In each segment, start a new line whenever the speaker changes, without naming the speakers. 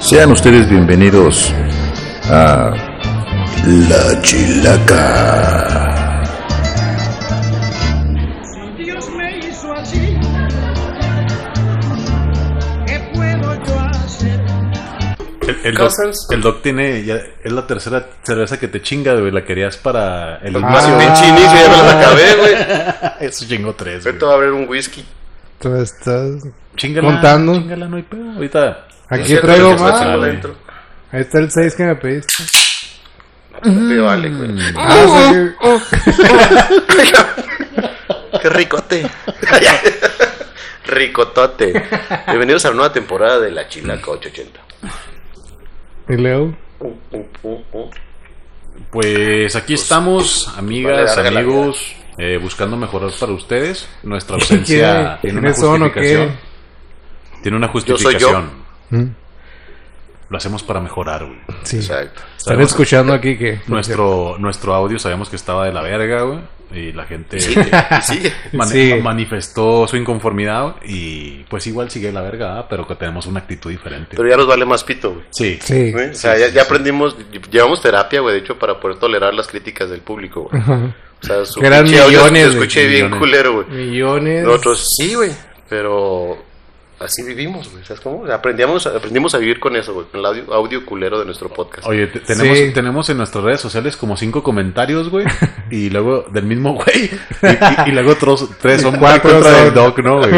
Sean ustedes bienvenidos a La Chilaca.
Dios me hizo así. ¿Qué puedo yo hacer?
El, el doc,
Cosas.
el doc tiene. ya- es la tercera cerveza que te chinga, güey. La querías para el
Ah,
inicio.
sí, pinche inicio, ya me las acabé, güey.
Eso chingó tres.
Vete a abrir un whisky.
Tú estás.
Chingala,
Contando.
chingala, no hay pedo. Ahorita.
Es
Aquí
cierto,
traigo
que está
más.
haciendo
güey.
dentro.
Ahí está el 6 que me pediste.
Te
Mm.
vale, güey.
Ah, sí.
Qué ricote. Ricotote. Bienvenidos a la nueva temporada de La Chilaca 880.
Y luego.
Uh, uh, uh, uh.
Pues aquí estamos, amigas,
vale, larga la
amigos, eh, buscando mejorar para ustedes. Nuestra ausencia
¿Qué?
tiene una
¿Quiénes son o qué?
justificación. Tiene una
Yo soy yo.
justificación.
Mm,
Lo hacemos para mejorar, güey.
Sí.
Exacto.
Están
Sabemos-
escuchando aquí que.
Nuestro, nuestro audio sabíamos que estaba de la verga, güey. Y la gente
Sí, y sigue.
mani-
Sí.
manifestó su inconformidad y pues igual sigue la verga, ¿ah? pero que tenemos una actitud diferente.
Pero ya nos vale más pito, güey.
Sí.
Sí.
¿Eh? O sea, ya, ya aprendimos, llevamos terapia, güey, de hecho, para poder tolerar las críticas del público, güey.
Ajá.
O sea, su
Que eran
pinche audio
millones,
te escuché
güey,
bien
millones.
culero, güey.
Millones.
Nosotros sí, güey, pero así vivimos, güey. ¿Sabes cómo? Aprendíamos, aprendimos a vivir con eso, güey, con el audio, audio culero de nuestro podcast.
Oye, te- tenemos,
Sí.
tenemos en nuestras redes sociales como cinco comentarios, güey. Y luego del mismo güey. Y, y- y luego otros tres son
Cuatro
contra
Ah, son.
el doc, ¿no, güey?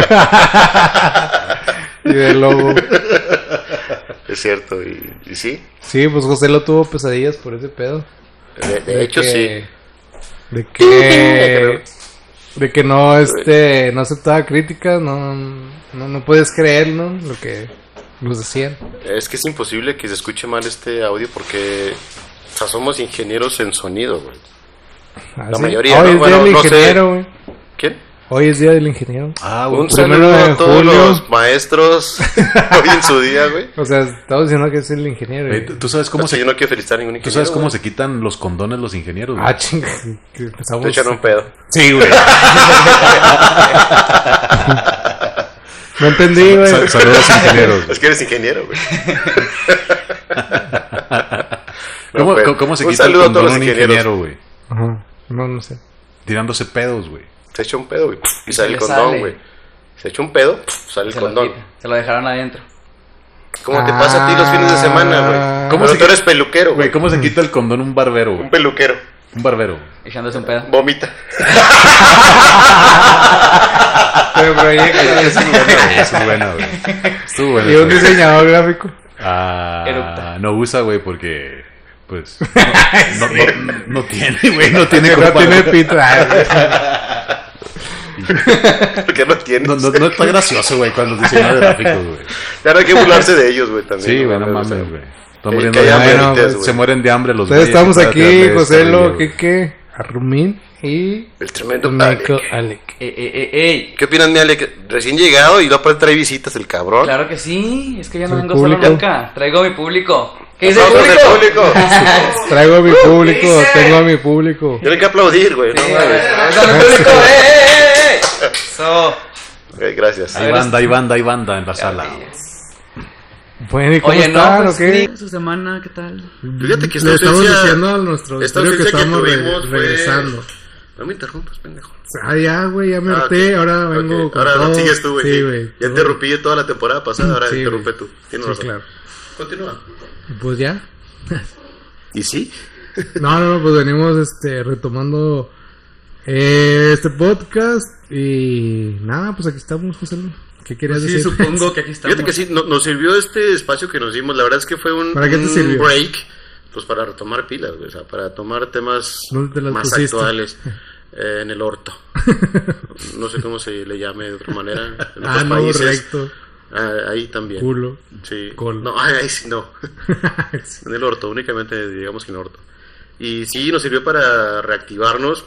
Y del lobo.
Es cierto, y, y sí.
Sí, pues José lo tuvo pesadillas por ese pedo.
De, de hecho, sí.
que- De que. De que no, este. No aceptaba críticas. No, no, no puedes creer, ¿no? Lo que nos decían.
Es que es imposible que se escuche mal este audio porque o sea, somos ingenieros en sonido, güey.
Ah,
La
sí.
mayoría,
Hoy
¿no?
es día
Bueno,
del
no sé.
ingeniero, güey.
¿Quién?
Hoy es día del ingeniero.
Ah, güey.
Un
primero
saludo
de
a todos
julio.
los maestros hoy en su día, güey.
O sea, estamos diciendo que es el ingeniero.
Eh,
güey.
¿Tú sabes
¿Cómo
cómo, se,
Yo no quiero felicitar a ningún
¿tú
ingeniero.
sabes cómo
güey.
se quitan los condones los ingenieros, güey?
Ah, chinga. que Empezamos.
Te echaron un pedo.
Sí, güey. no entendí, güey.
Sa- Saludos, ingenieros. güey.
Es que eres ingeniero, güey. No,
¿Cómo,
pues,
cómo- cómo se
un
quita el
saludo a todos
condón
los
un
ingenieros.
ingeniero, güey?
Ajá. No, no sé.
Tirándose pedos, güey.
Se echa un pedo, güey. Y sale el
le
condón,
sale.
güey. Se echa un pedo, sale el
Se lo
condón.
quita, Se lo dejaron adentro.
¿Cómo te pasa a ti los fines de semana, güey? Pero
¿Cómo
Ah. se-
tú eres peluquero,
Güey,
güey.
¿cómo se quita el condón un barbero,
Un
güey?
peluquero.
Un barbero.
Echándose un pedo.
Vomita.
Pero proyecto.
Estuvo bueno, güey. Estuvo bueno, güey. Estuvo bueno.
y un
güey.
diseñador gráfico.
Ah,
Eructa.
no usa, güey, porque. Pues. No, no- no- no tiene, güey. No tiene
no
compa-
tiene Ah, pito. Ay, güey.
Pues Porque no tienes.
No, no- no está gracioso, güey, cuando diseña de gráficos, güey.
Ya no hay que burlarse de ellos, güey, también.
Sí, güey, no
O sea,
mames, güey. Están
que
muriendo de
haya
hambre.
merites,
güey.
güey.
se mueren de hambre los
Entonces
güeyes,
estamos
están
aquí,
tirando
José
esta
Lo,
vida, güey.
Kike, Arrumín y.
El tremendo
Nico
Alec.
Alec.
Ey, ey, ey, Eh, ey.
¿Qué opinan de Alec? Recién llegado y luego aparte trae visitas el cabrón.
Claro que sí. Es que ya no
¿Tu
vengo
público?
solo nunca. Traigo a mi público. ¿Qué dice el
¡Aplausos del
público?
público!
Traigo a mi público,
Uh, dice?
tengo a mi público.
Tienen que aplaudir, güey.
Sí,
No mames.
aplausos del público. ¡Eh, eh, eh, eh! So,
Ok, gracias.
Hay banda, hay banda, hay banda en la sala.
Bueno, ¿y cómo
Oye,
están
no, pues,
o qué?
sí, su semana, ¿qué tal?
Fíjate que esta
Le estamos
ausencia-
diciendo a nuestro
esta
auditorio
ausencia
que
que
estamos re-
tuvimos fue-
regresando.
No me interrumpas, pendejo.
Ah, ya, güey, ya me
Ah,
harté,
ok.
ahora vengo
Ok,
con
Ahora
todo.
sigues tú, güey.
Sí, güey.
Ya interrumpí yo toda la temporada pasada, ahora
Sí,
interrumpe
güey.
tú. Tienes
Sí,
razón.
claro.
Continúa.
Pues ya.
¿Y sí?
No, no, no, pues venimos este, retomando eh, este podcast y nada, pues aquí estamos, José. Lu. ¿Qué querías
Pues
Sí,
decir?
supongo que aquí estamos.
Fíjate que sí, no- nos sirvió este espacio que nos dimos. La verdad es que fue un,
¿Para qué te
un
sirvió?
break, pues para retomar pilas, güey. O sea, para tomar temas
¿Dónde te las
más
pusiste?
actuales eh, en el orto. no sé cómo se le llame de otra manera. En otros
Ah, no,
países.
recto,
Ah, ahí también.
culo.
Sí.
Col.
No, ay, ay, sí, no. En el orto, únicamente digamos que en el orto. Y sí, nos sirvió para reactivarnos.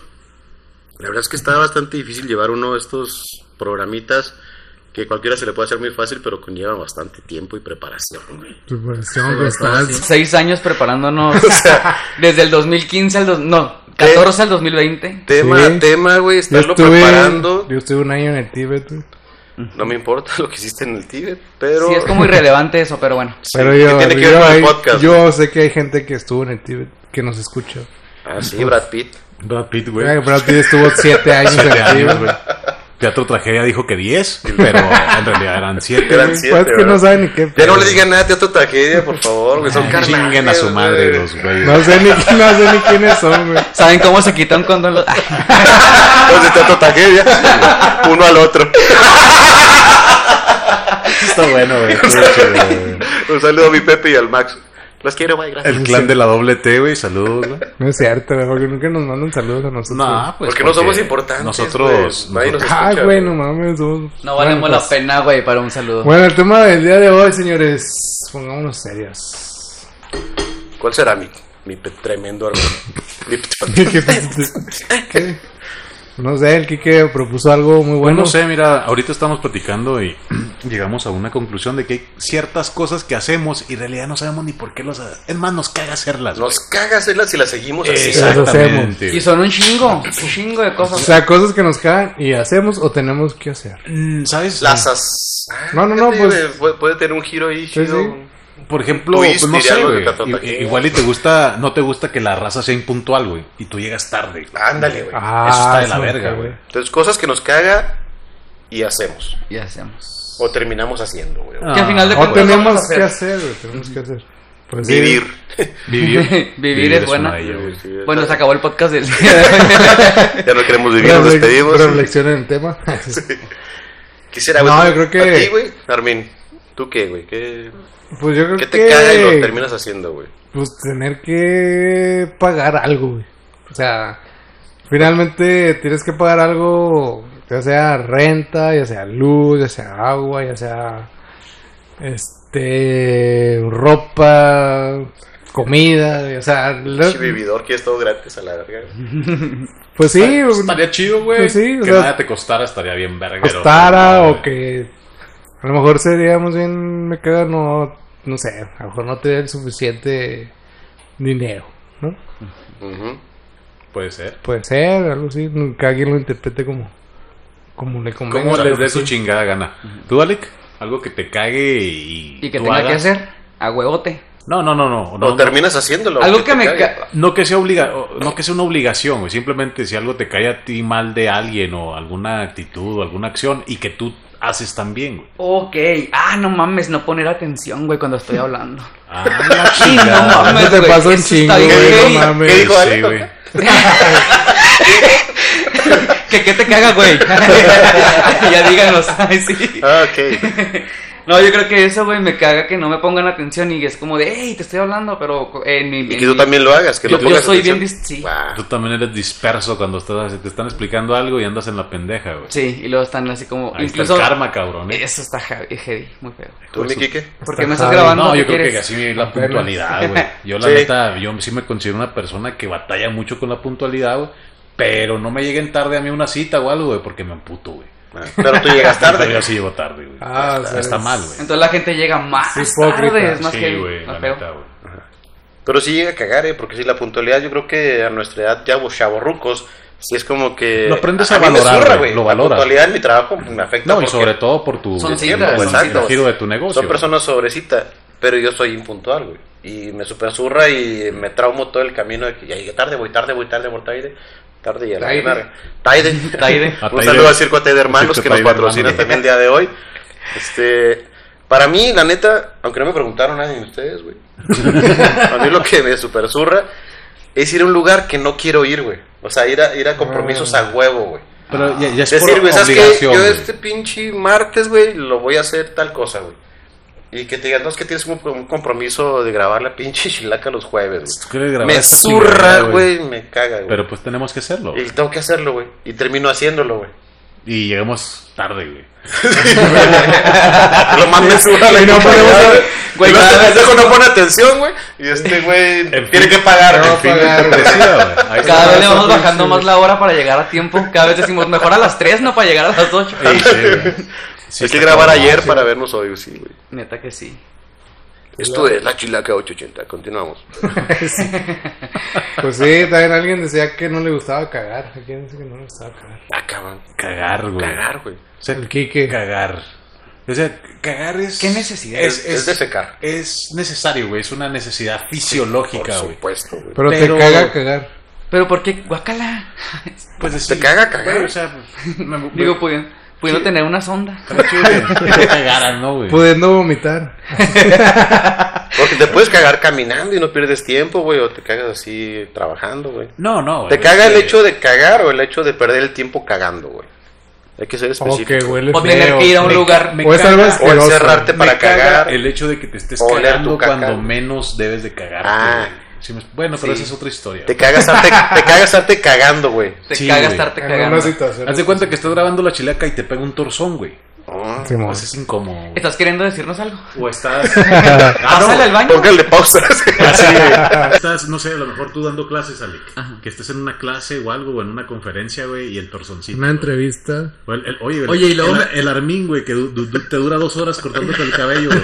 La verdad es que está bastante difícil llevar uno de estos programitas que cualquiera se le puede hacer muy fácil, pero conlleva bastante tiempo y preparación. güey.
Tu presión, constancia.
Seis años preparándonos. desde el 2015 al. dos- no, 14 al 2020.
Tema,
Sí.
tema, güey,
Yo
estarlo
estuve,
preparando.
yo estuve un año en el Tíbet, güey.
No me importa lo que hiciste en el Tíbet, pero.
Sí, es como irrelevante eso, pero bueno.
Pero
¿qué
yo,
tiene que ver
yo,
con el
hay-
podcast?
yo sé que hay gente que estuvo en el Tíbet que nos escucha.
Ah, sí, Brad Pitt.
Brad Pitt, güey.
Eh, Brad Pitt estuvo siete años en
Siete
el
años,
Tíbet.
güey. Teatro Tragedia dijo que 10, pero en realidad eran 7.
Eran
Pues
siete,
que
¿verdad?
no saben ni qué.
Ya no
pedo.
le digan nada a Teatro Tragedia, por favor, güey. Son carnales,
Chinguen a su madre
güey.
los güeyes.
No sé ni, no sé ni quiénes son, güey.
¿Saben cómo se quita un condón? Los-
Los de Teatro Tragedia, uno al otro.
Está bueno, güey. estuvo chido, güey.
Un saludo a mi Pepe y al Max. Los quiero, güey, gracias.
El clan de la doble T, güey. Saludos, güey.
No es cierto, güey, porque nunca nos mandan saludos a nosotros.
No, pues.
Porque no somos importantes,
Nosotros.
güey. Nadie nos-
Ah,
escucha,
güey,
güey.
no mames. somos-
No valemos
bueno, pues.
la pena, güey, para un saludo.
Bueno, el tema del día de hoy, señores, pongámonos serios.
¿Cuál será mi, mi pe- tremendo arma? Mi pe-
¿Qué? No sé, el Kike propuso algo muy
Bueno,
bueno.
no sé, mira, ahorita estamos platicando y llegamos a una conclusión de que hay ciertas cosas que hacemos y en realidad no sabemos ni por qué las hacemos. Es más, nos caga hacerlas. güey.
Nos cagas hacerlas si las seguimos así.
Exacto.
Y son un chingo, un chingo de
O
cosas.
sea, cosas que nos cagan y hacemos o tenemos que hacer.
Mm, ¿Sabes?
Las as... Ah,
No, no, no,
fíjate,
pues-
güey, Puede, puede tener un giro ahí,
Sí,
chido.
sí.
Mm, Por ejemplo,
Twist,
pues, no
diría
sé,
algo de
güey.
Tatota.
I- i- Igual y te gusta, no te gusta que la raza sea impuntual, güey. Y tú llegas tarde.
Ándale, güey.
Eso está de
Ah, eso
la
me
verga,
caga.
güey.
Entonces, cosas que nos caga y hacemos.
Y hacemos.
O terminamos haciendo, güey.
Ah,
Que al final de
o
O
cuentas
tenemos
vamos a
que hacer, güey, tenemos que hacer. Pues sí.
Vivir.
Vivir.
Vivir es bueno.
una de ellas, güey.
Bueno, se acabó el podcast del día de hoy.
Ya no queremos vivir, nos
Reflex-
despedimos.
Reflexión en el tema.
Quisiera
No,
güey,
yo creo que-
¿A ti, güey? Armin, ¿tú qué, güey? ¿Qué,
Pues yo creo
qué
que.
te caga y lo terminas haciendo, güey?
Pues tener que pagar algo, güey. O sea, finalmente tienes que pagar algo, ya sea renta, ya sea luz, ya sea agua, ya sea este ropa, comida, o sea, lo-
Pinche vividor que es todo gratis a la verga.
pues sí,
Estaría chido, güey.
Pues sí, o
que
sea,
nada te costara, estaría bien verga.
costara o que a lo mejor seríamos bien, me caga no, no sé, a lo mejor no te dé el suficiente dinero, ¿no?
Ujú.
Puede ser.
Puede ser, algo así. Cada quien lo interprete como, como le convenga.
¿Cómo les
algo
dé su
así.
chingada gana? ¿Tú, Alec? Algo que te cague y.
Y que
tú
tenga que
hagas?
hacer a huevote.
No, no, no, no.
O
No,
terminas haciéndolo.
Algo
güey,
que
te
me
caga.
ca-
no que sea obliga o- no que sea una obligación, güey. Simplemente si algo te cae a ti mal de alguien o alguna actitud o alguna acción y que tú haces también, güey.
Ok. Ah, no mames, no poner atención, güey, cuando estoy hablando.
Ah, la
Sí, no
chingada. Pues
mames,
Se te
güey,
pasó un
eso está
chingo,
bien
güey, no
gay.
mames.
¿Qué dijo
Sí,
Alex?
güey.
que qué te caga, güey. ya díganos. Ay, sí.
Ah, ok.
No, yo creo que eso, güey, me caga que no me pongan atención y es como de, hey, te estoy hablando, pero eh, en mi.
Y
en
que tú
mi-
también lo hagas. Que
Yo-
lo
yo
pongas
soy
atención.
bien dis- sí.
Guau.
Tú también eres disperso cuando estás, te están explicando algo y andas en la pendeja, güey.
Sí, y luego están así como.
Ahí está
incluso.
el karma, cabrón. ¿eh?
Eso está heavy, heavy, muy feo.
¿Tú, mi Kike?
Porque me
Está
estás
heavy.
grabando.
No,
¿qué
yo creo que
quieres?
así la puntualidad, güey. Yo la
Sí.
neta, yo sí me considero una persona que batalla mucho con la puntualidad, güey. Pero no me lleguen tarde a mí a una cita o algo, güey, porque me emputo, güey.
ah. Pero tú llegas
Pero yo
tarde.
sí llego tarde, güey.
Ah, o
está,
sea,
está
es-
mal, güey.
Entonces la gente llega más
Es hipócrita,
tarde, es más
Sí,
heavy,
güey,
más
la
feo.
neta, güey.
Pero sí llega a cagar, ¿eh? Porque sí, la puntualidad, yo creo que a nuestra edad, ya vos chavorrucos, sí es como que.
Lo aprendes a
mí me
valorar,
zurra,
güey, lo
La
valoras.
puntualidad en mi trabajo me afecta.
No, y
porque
sobre todo por tu
Son
el-
citas,
el-
son
el
citas.
giro de tu negocio.
Son
güey.
personas sobrecita, pero yo soy impuntual, güey. Y me supersurra y me traumo todo el camino de que ya llegué tarde, voy tarde, voy tarde, voy tarde. Tarde y a la
Taide.
verga. Taide.
Taide.
A
Un
Taide.
saludo al Circo Taide Hermanos
Circo
que nos
Taide
patrocina
Hermanos.
también el día de hoy. Este, para mí, la neta, aunque no me preguntaron nadie de ustedes, güey. a mí lo que me supersurra es ir a un lugar que no quiero ir, güey. O sea, ir a,
Ah.
ir a compromisos a huevo, güey.
Pero ya, ya es
Es decir,
por
güey, ¿sabes qué?
obligación.
Yo
güey.
este pinche martes, güey, lo voy a hacer tal cosa, güey. Y que te digan, no, es que tienes un, un compromiso de grabar la pinche chilaca los jueves,
Tú quieres
güey.
grabar
Me
esta
zurra,
chingadera,
güey, me caga, güey.
Pero pues tenemos que hacerlo.
Y tengo que hacerlo, güey. Y termino haciéndolo, güey.
Y llegamos tarde, güey.
lo más me zurra la
Y no
no
podemos hacer-
Güey,
Güey,
no,
cada
este
vez-
pendejo no pone atención, güey. Y este güey
En
tiene
fin.
que pagar,
En
¿no?
fin,
pagar, güey.
hipocresía, güey. Ahí
Cada
está.
vez le vamos
Eso,
bajando
sí.
más la hora para llegar a tiempo. Cada vez decimos mejor a las 3, no para llegar a las 8.
Ey, sí, güey. Sí
Hay que
está
grabar
cabrón,
ayer
sí.
para vernos hoy, sí, güey.
Neta que sí.
Esto es La Chilaca 880. Continuamos.
Pues sí, también alguien decía que no le gustaba cagar. ¿A quién dice que no le gustaba cagar?
Ah, cabrón.
Cagar, güey.
Cagar, güey.
O sea,
El Quique.
Cagar. O sea, cagar es.
¿Qué necesidad?
Es,
Es
es-
de secar.
es necesario, güey. Es una necesidad
Por
fisiológica, güey.
supuesto, güey.
Pero,
Pero-
te caga cagar.
Pero ¿por qué? Guacala.
Pues es-
Te caga cagar. pues,
Güey, o sea, me- me-
Digo, pudiendo, pudiendo tener una sonda.
estaría chido que- que cagaran, ¿no,
Pues,
güey?
Pudiendo vomitar.
Porque te puedes cagar caminando y no pierdes tiempo, güey. O te cagas así trabajando, güey.
No, no.
¿Te caga el hecho de cagar o el hecho de perder el tiempo cagando, güey? Hay que ser
O
específico.
que huele
O
feo.
tener que ir a un lugar.
O es algo
O
asqueroso.
encerrarte para cagar.
El hecho de que te estés
Oler
cagando
tu caca.
cuando menos debes de cagar.
Ah.
Bueno, pero esa
Sí.
es otra historia.
Te cagas estarte, te cagas estarte cagando, güey.
Te
Sí,
caga
güey.
estarte
En una
cagando.
situación.
Haz de cuenta que estás grabando la chilaca y te pega un torzón, güey.
Ah,
Simón.
Pues es incómodo. güey.
¿Estás queriendo decirnos algo?
O estás.
Pásale al baño.
Póngale pausa.
Así, güey. estás, no sé, a lo mejor tú dando clases, Alec. Que estés en una clase o algo, o en una conferencia, güey, y el torzoncito.
Una entrevista.
O el- el- oye, el-
Oye, y luego
el,
me-
el armín, güey, que du- du- du- te dura dos horas cortándote el cabello, güey.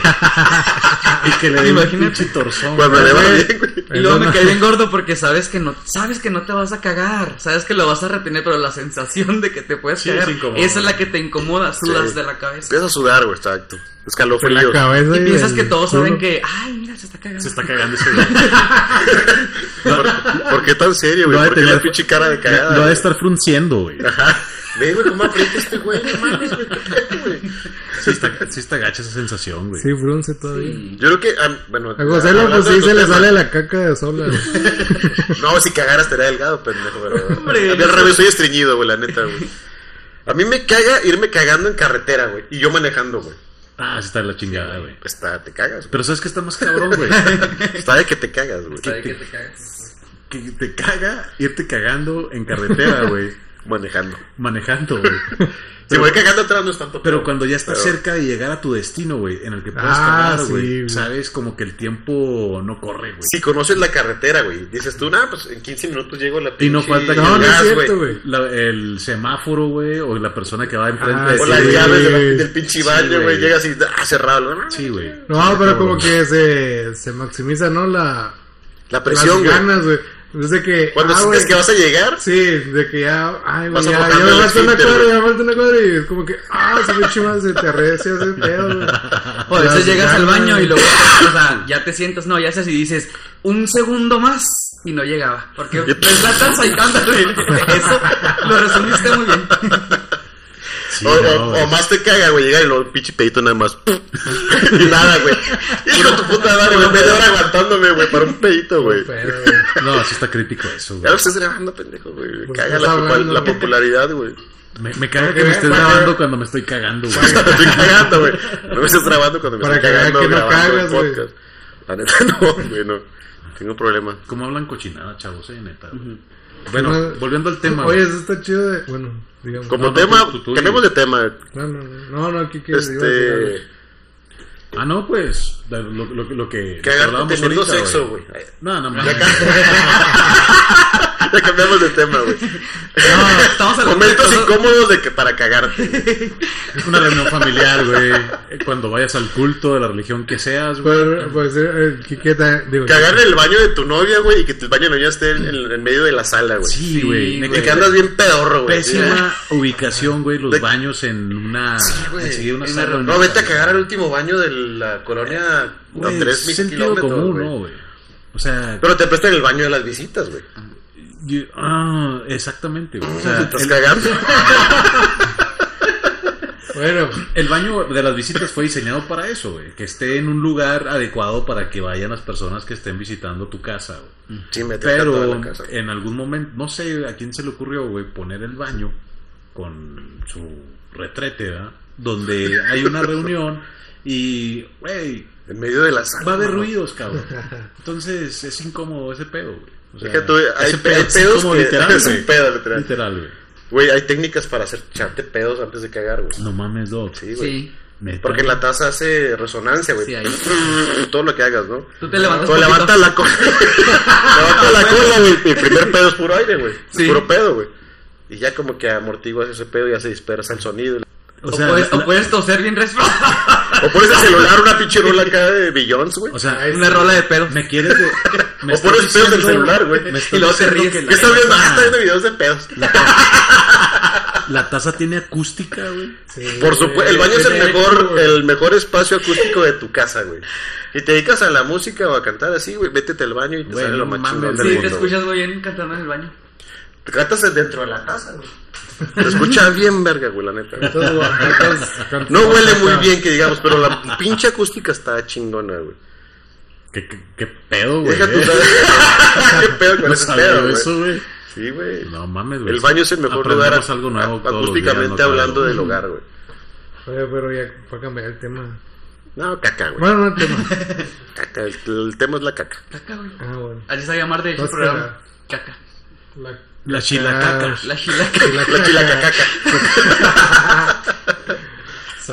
y que le dé un
Imagínate.
pinche torzón.
Cuando
güey.
le va bien, güey.
Y luego
Perdona.
me caí bien gordo porque
Sabes que no, sabes que no te vas a cagar, sabes que lo vas a retener, pero la sensación de que te puedes
Sí,
cagar,
es incómodo.
esa es la que te incomoda, sudas
Sí.
de la cabeza.
Empieza a sudar, güey, exacto.
Por la
Escalofríos.
cabeza.
Y piensas
el
que todos
culo.
saben que, ay, mira, se está cagando.
Se está cagando ese güey.
¿Por, por qué tan serio,
Lo ha de
güey? ¿Por qué
tener-
la pinche cara de
Lo
cagada?
ha de
güey? Ah,
estar frunciendo, güey.
Ve, güey, cómo aprieta este güey, no mames, güey, ¿qué pedo, güey.
Sí está, sí está gacha esa sensación, güey.
Sí, frunce todavía.
Yo creo que, ah, bueno,
A José lo
hablando
pues
de
sí
tu
se le
tema.
sale la caca de sola. güey.
No, si cagaras estaría delgado, pendejo, pero.
Hombre,
a mí al revés soy estreñido, güey, la neta, güey. A mí me caga irme cagando en carretera, güey. Y yo manejando, güey. Pues
Ah, sí está la chingada, güey.
Está, te cagas, güey.
Pero ¿sabes qué está más cabrón, güey?
Está de que te cagas, güey.
que te caga irte cagando en carretera, güey.
Manejando.
Manejando, güey.
Si voy cagando atrás no es tanto.
Pero cuando ya estás
Pero-
cerca de llegar a tu destino, güey, en el que puedes
Ah,
cagar,
sí,
güey,
güey.
sabes como que el tiempo no corre, güey.
Si conoces la carretera, güey. Dices tú, nah, pues en 15 minutos llego a la
Y no
pinche
falta que-
No, no es
gas, güey.
cierto, güey.
La- el semáforo, güey, o la persona que va enfrente
Ah,
de
O
ti,
las
Sí,
güey.
llaves de la-
güey.
del pinche
Sí,
baño,
güey.
güey. Llegas y ah, cerrado. ¿no?
Sí, güey.
No, pero como que se, se maximiza, ¿no? La
La presión,
las
güey.
ganas, güey. Desde que.
Cuando
ah,
sientes
güey,
que vas a llegar,
Sí, de que ya. Ay, güey,
Vas
ya, ya
aflojando
me
el
falta una
esfínter,
cuadra,
güey.
ya me falta una cuadra. Y es como que. Ah, se me chima, se te arrecia ese pedo, güey.
O a
Las
veces llegas al
ganas.
baño y luego, o sea, ya te sientas, no, ya haces y dices, un segundo más y no llegaba. Porque ves la taza y ándale. Eso lo resumiste muy bien.
Sí,
o, o-
no,
o
güey.
más te caga, güey. Llegar y lo pinche pedito nada más. y nada, güey. Hijo de tu puta madre, güey. Media hora aguantándome, güey, para un pedito, güey.
Pero, güey.
No, sí está crítico eso,
Ya
güey.
lo estás grabando, pendejo, güey.
Pues
Caga
estás
la, popul-
hablando,
la
güey.
popularidad, güey.
Me, me caga que
que
me
vean,
estés
para que-
grabando cuando me estoy cagando, güey.
estoy cagando, güey. No me estás grabando cuando me
Para
estoy
que vean
cagando
que no
grabando el
cagas, güey.
podcast. La neta, no, güey, no. Tengo problema.
Como hablan cochinada, chavos, eh, neta. güey. Bueno,
Una-
volviendo al tema,
Oye,
güey.
eso está chido de. Bueno, digamos.
Como
No, no,
tema,
tú- tú- tú,
cambiemos de tema.
No, no, no, no, no, aquí quieres. iba a decir algo.
Este.
Ah, no, pues, lo, lo, lo- lo que lo que
Cagarte
hablábamos
teniendo
ahorita,
sexo, güey.
No, no, mames.
Ya cambiamos de tema, güey.
No, estamos hablando de
Momentos
cosas-
incómodos de que para cagarte. güey.
Es una reunión familiar, güey. Eh, Cuando vayas al culto de la religión que seas, güey.
Por, por decir, eh, que- que ta- digo,
Cagar en el baño de tu novia, güey, y que el baño de la novia esté en, en- en medio de la sala, güey.
Sí, güey.
De que andas bien pedorro, güey.
Pésima ubicación, güey, los
De-
baños en una...
Sí, güey.
enseguida una
En
sala,
la-
una-
No, vete a cagar al último baño de la colonia a
Güey,
tres
es
mil
sentido
kilómetros.
común,
güey.
¿no, güey? O sea,
Pero te prestan el baño de las visitas, güey.
yo- ah, exactamente, güey. O sea,
Estás cagando.
Bueno,
el baño de las visitas fue diseñado para eso, güey. Que esté en un lugar adecuado para que vayan las personas que estén visitando tu casa, güey.
Sí, me
Pero eh,
la casa.
en algún momento, no sé a quién se le ocurrió, güey, poner el baño con su retrete, ¿verdad? Donde hay una reunión y, güey,
En medio de la sala.
va a haber
mamá.
ruidos, cabrón. Entonces es incómodo ese pedo, güey. O sea,
Deja tú, hay,
ese
pe- hay
es
pedos
incómodo,
que-
literal,
es
güey.
un pedo, literal.
Literal, güey.
Güey, hay técnicas para hacer echarte pedos antes de cagar, güey.
No mames, Doc.
Sí, güey.
Sí,
Neta.
Porque la taza hace resonancia, güey.
Sí,
Todo lo que hagas, ¿no?
tú te levantas.
O
poquito.
levanta la cola. levanta la cola, güey. El primer pedo es puro aire, güey. Es
Sí.
Puro pedo, güey. Y ya como que amortiguas ese pedo, ya se dispersa el sonido.
O sea,
o, puedes,
la-
o puedes toser bien resfriado.
O pones el celular una pinche rola acá de Billions, güey.
O sea,
Una rola de pedo.
me quieres. de- me
O
estás
pones pedos del
diciendo-
celular, güey.
me estás
Y luego te
diciendo
ríes.
que la
¿Qué estás viendo?
taza-
Ah, está viendo videos de pedos.
La taza tiene acústica, güey.
Por supuesto, el baño es el
tiene
mejor,
eco.
el mejor espacio acústico de tu casa, güey. Y te dedicas a la música o a cantar así, güey, métete al baño y te
Güey,
sale lo
no
más
mames,
chingón del
Sí, te
mundo,
escuchas muy bien cantando en el baño.
güey. Te cantas el dentro de la taza, güey. Te escucha bien verga, güey, la neta. güey.
Entonces, bueno, entonces, con-
No huele muy bien que digamos, pero la pinche acústica está chingona, güey.
¿Qué, qué, qué pedo, güey?
Deja tu
eh?
Qué pedo con
No
ese
sabía
pedo, güey.
eso, güey.
Sí, güey.
No mames, güey.
El baño es el mejor lugar
Aprendemos algo nuevo
a-
todos los
acústicamente
días, ¿no?
hablando del hogar, güey.
Oye, pero ya fue a cambiar el tema.
No, caca, güey.
Bueno, no el tema.
Caca. El, el tema es la caca.
Caca, güey.
Ah, bueno.
Así se va a llamar de hecho el
Vas a
programa.
cagar.
Caca.
La,
La
Ah,
chilacaca.
La gilaca.
La chilaca caca.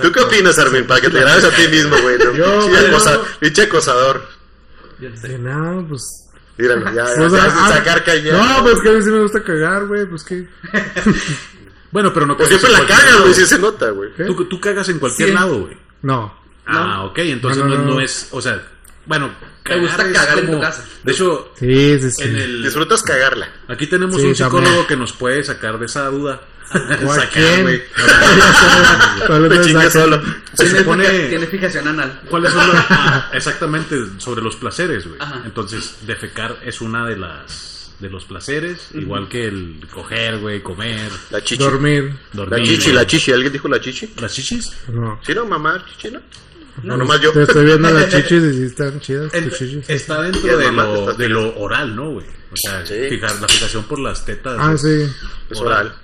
¿Tú qué opinas, Armin? Para que te grabes a ti mismo, güey. ¿no?
Yo,
Pinche
güey,
acosa-
no.
Pinche acosador.
De nada, pues.
Míralo, ya. ya,
o sea,
ya sin
ah,
sacar calle.
No, pues que a mí sí me gusta cagar, güey. Pues que.
Bueno, pero no
Pues siempre la
cagas en cualquier
cagas,
lado.
güey. Si se nota, güey.
Tú, tú cagas en cualquier
Sí.
lado, güey.
No.
Ah, ok, entonces
No,
no,
no, no.
no es, o sea, bueno,
Te gusta
es
cagar en tu casa.
De hecho,
Sí, sí, sí.
en el,
Disfrutas cagarla.
aquí tenemos
Sí,
un psicólogo
también.
que nos puede sacar de esa duda.
¿O a
Sacar,
quién?
güey.
Solo
Te
te
chingas
saca.
solo.
Se
Tiene
supone-
fica- Tiene fijación anal.
¿Cuáles son los- ah, exactamente sobre los placeres, güey?
Ajá.
Entonces, defecar es una de las de los placeres, igual que el coger, güey, comer,
La chichi.
Dormir. Pues
dormir.
La chichi,
güey.
la chichi. ¿Alguien dijo la chichi?
las chichis.
No.
Sí, no, mamá, chichi, ¿no? No, nomás yo.
Te estoy viendo las chichis y sí están chidas tus chichis.
Está
Sí,
dentro
es
de
normal que
lo,
estás
de lo oral, ¿no, güey? O sea,
Sí.
fijar, la fijación por las tetas.
Ah,
güey.
sí.
Es oral.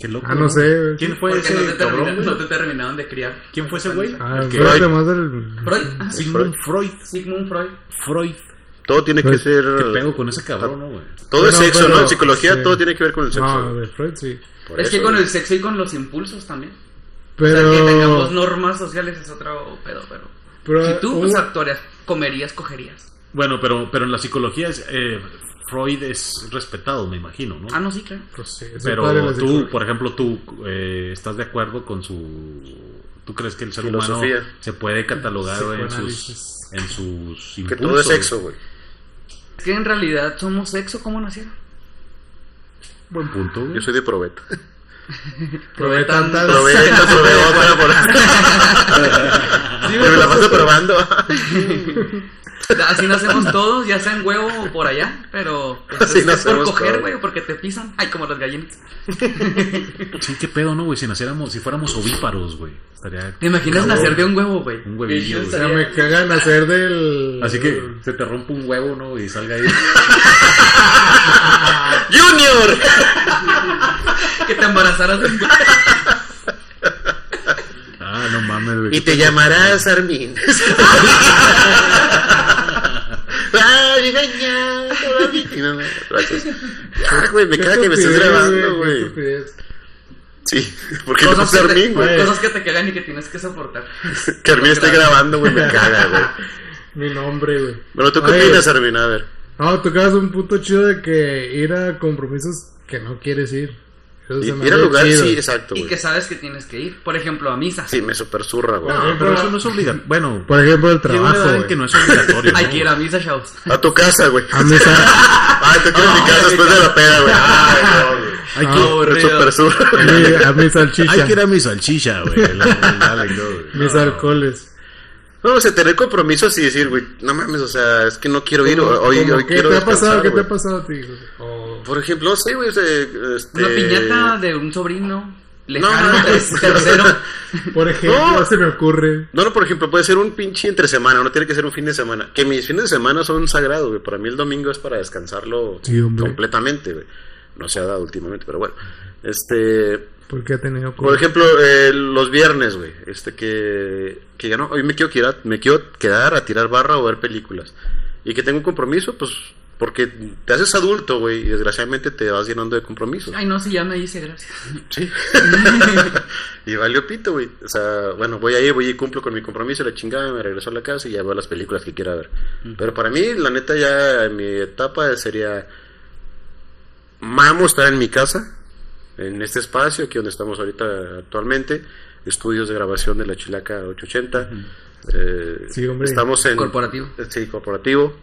Qué loco.
Ah, no sé, güey.
¿Quién fue
Porque no
ese
te, termina-
cabrón? güey?
no te terminaron de criar.
¿Quién fue ese güey?
Ah,
El que-
fíjate
Freud.
más del.
Freud. Ah, sí.
Sigmund Freud.
Sigmund Freud.
Freud.
Todo tiene que
Pues,
ser.
¿Qué pedo con ese cabrón, no, güey?
Todo es
No,
sexo,
pero-
¿no? En psicología
sí.
todo tiene que ver con el sexo.
No,
güey.
de Freud sí.
Por
Es que
eso,
con
güey.
el sexo y con los impulsos también.
Pero.
O sea, que tengamos normas sociales es otro pedo, pero...
pero uh,
si tú,
hubo-
pues, actuarías, comerías, cogerías.
Bueno, pero, pero en la psicología es, eh, Freud es respetado, me imagino, ¿no?
Ah, no, sí, claro.
Pues sí, es el padre
pero
de la
tú, por ejemplo, tú eh, estás de acuerdo con su... ¿Tú crees que el ser humano
Filosofía.
se puede catalogar en sus,
Psicoanálisis.
en sus
Que
impulsos?
todo es sexo, güey.
Es que en realidad somos sexo, ¿cómo nacieron?
Buen punto, güey.
Yo soy de probeta.
Probé tantas.
Probeta, probé otra, por- Y me la paso probando.
Así nacemos todos, ya sea en huevo o por allá, pero... pues,
Así
es por
nacemos
coger,
todos.
güey, o porque te pisan. Ay, como las gallinas.
Sí, qué pedo, ¿no, güey? Si naciéramos, si fuéramos ovíparos, güey. Estaría...
¿Te imaginas nacer de un huevo, güey?
Un huevillo,
pues,
O sea,
eh,
me cagan hacer del.
Así que se te rompe un huevo, ¿no? Y salga ahí...
¡Junior!
Que te embarazaras de un huevo.
Ah, no mames, güey.
Y te llamarás Armin. Ay, venga, todavía- Y no, no, gracias. Ya, güey, me
Qué
caga que me estés
estupidez,
grabando,
qué
güey.
estupidez.
Sí, porque no es
que te,
Armin, güey.
cosas que te cagan y que tienes que soportar.
Que Armin esté grabando, güey, me caga, güey.
Mi nombre, güey.
Bueno, ¿tú qué
Oye.
opinas, Armin? A ver.
No, tocabas un punto chido de que ir a compromisos que no quieres ir. Eso
Y-
se me
Ir al
hace
lugar,
chido.
sí, exacto,
Y
güey.
que sabes que tienes que ir. Por ejemplo, a misa.
Sí, me super zurra, güey.
Por ejemplo,
Pero eso no es obligatorio. Bueno,
Por ejemplo, el
llega una
trabajo.
edad en
güey.
que no es obligatorio.
Hay
¿no?
que ir a misa, chavos.
A tu casa, güey.
A mí sa-
Ay, te quiero en mi casa después de la peda, güey. Ay,
Hay que,
no, güey. Super
a
zurra.
mí- a mi salchicha.
hay que ir a mi salchicha, güey. La- la- la- no, güey.
Mis alcoholes.
No, o sea, tener compromisos y decir, güey, no mames, o sea, es que no quiero ir, o- hoy,
Como,
hoy
¿Qué
quiero
te ha pasado?
descansar,
¿Qué te
güey.
ha pasado a ti? güey? O-
Por ejemplo, sí, güey, o sea, este...
Una piñata de un sobrino. Lejano,
No, no,
ter-
no.
tercero.
Pues,
Por ejemplo,
No.
se me ocurre.
No, no, por ejemplo, puede ser un pinche entre semana, no tiene que ser un fin de semana. Que mis fines de semana son sagrados, güey. Para mí el domingo es para descansarlo
Sí, hombre.
completamente, güey. No se ha dado últimamente, pero bueno. Este...
Porque ha tenido
Por
cosas.
ejemplo, eh, los viernes, güey, este que, que ya no, hoy me quiero, quedar, me quiero quedar a tirar barra o ver películas. Y que tengo un compromiso, pues, porque te haces adulto, güey, y desgraciadamente te vas llenando de compromisos.
Ay, no, sí, ya me hice, gracias.
Sí. y valió pito, güey. O sea, bueno, voy a ir, voy y cumplo con mi compromiso, la chingada, me regreso a la casa y ya veo las películas que quiera ver. Pero para mí, la neta, ya mi etapa sería. Mamo estar en mi casa, en este espacio, aquí donde estamos ahorita actualmente. estudios de grabación de la Chilaca 880. Eh,
Sí, hombre.
Estamos en.
Corporativo.
eh, Sí, corporativo.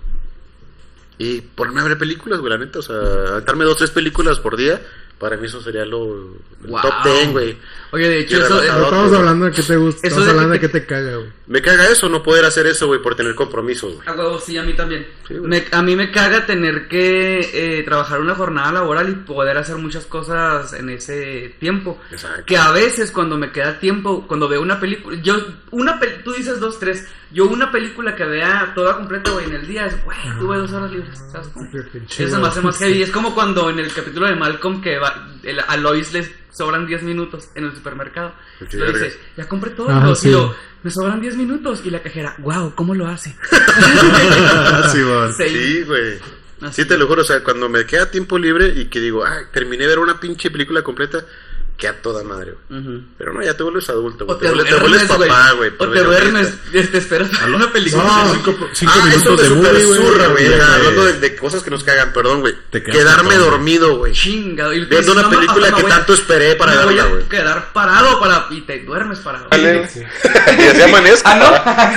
Y ponerme a ver películas, güey, la neta. O sea, aventarme dos, tres películas por día. Para mí eso sería lo. el
Wow.
Top ten, güey.
Oye, de hecho,
Qué
eso,
No
relajado.
estamos
pues,
hablando de que te gusta,
Eso
estamos
de
hablando de
que
que
te-
te caga, güey.
Me caga eso, no poder hacer eso, güey, por tener compromisos, güey.
A huevo, sí, a mí también.
Sí, güey.
Me- a mí me caga tener que eh, trabajar una jornada laboral y poder hacer muchas cosas en ese tiempo.
Exacto.
Que a veces cuando me queda tiempo, cuando veo una película, yo, una pel- tú dices dos, tres, yo una película que vea toda completa, güey, en el día, es, güey, tuve dos horas libres, ¿sabes cómo?
Qué pinche
Eso me hace
huevo.
más heavy. Es como cuando en el capítulo de Malcolm que va- el- a Lois les sobran 10 minutos en el supermercado.
Qué
Lo
verga.
dices, ya compré todo.
Ajá,
y
sí.
yo, me sobran 10 minutos. Y la cajera, wow, ¿cómo lo hace?
Simón.
Sí.
Sí, güey.
Así.
Sí, te lo juro, o sea, cuando me queda tiempo libre y que digo, ah, terminé de ver una pinche película completa, que a toda madre, güey.
Ujú.
Pero no, ya te vuelves adulto,
O
güey.
te
Te, vuelves, te vuelves
duermes,
papá, güey.
O te duermes, te te esperas.
A lo- No, cinco, cinco
ah, eso
minutos
me
de
super
movie, güey.
zurra, güey.
Ya,
Era
güey.
Hablando de, de cosas que nos cagan, perdón, güey.
Te quedas
Quedarme
sentado.
dormido, güey.
Chingado. Y
Viendo una película que tanto esperé para
verla,
verla,
voy
güey.
a quedar parado para... Y te duermes parado.
Dale. y así amanezco.
Ah,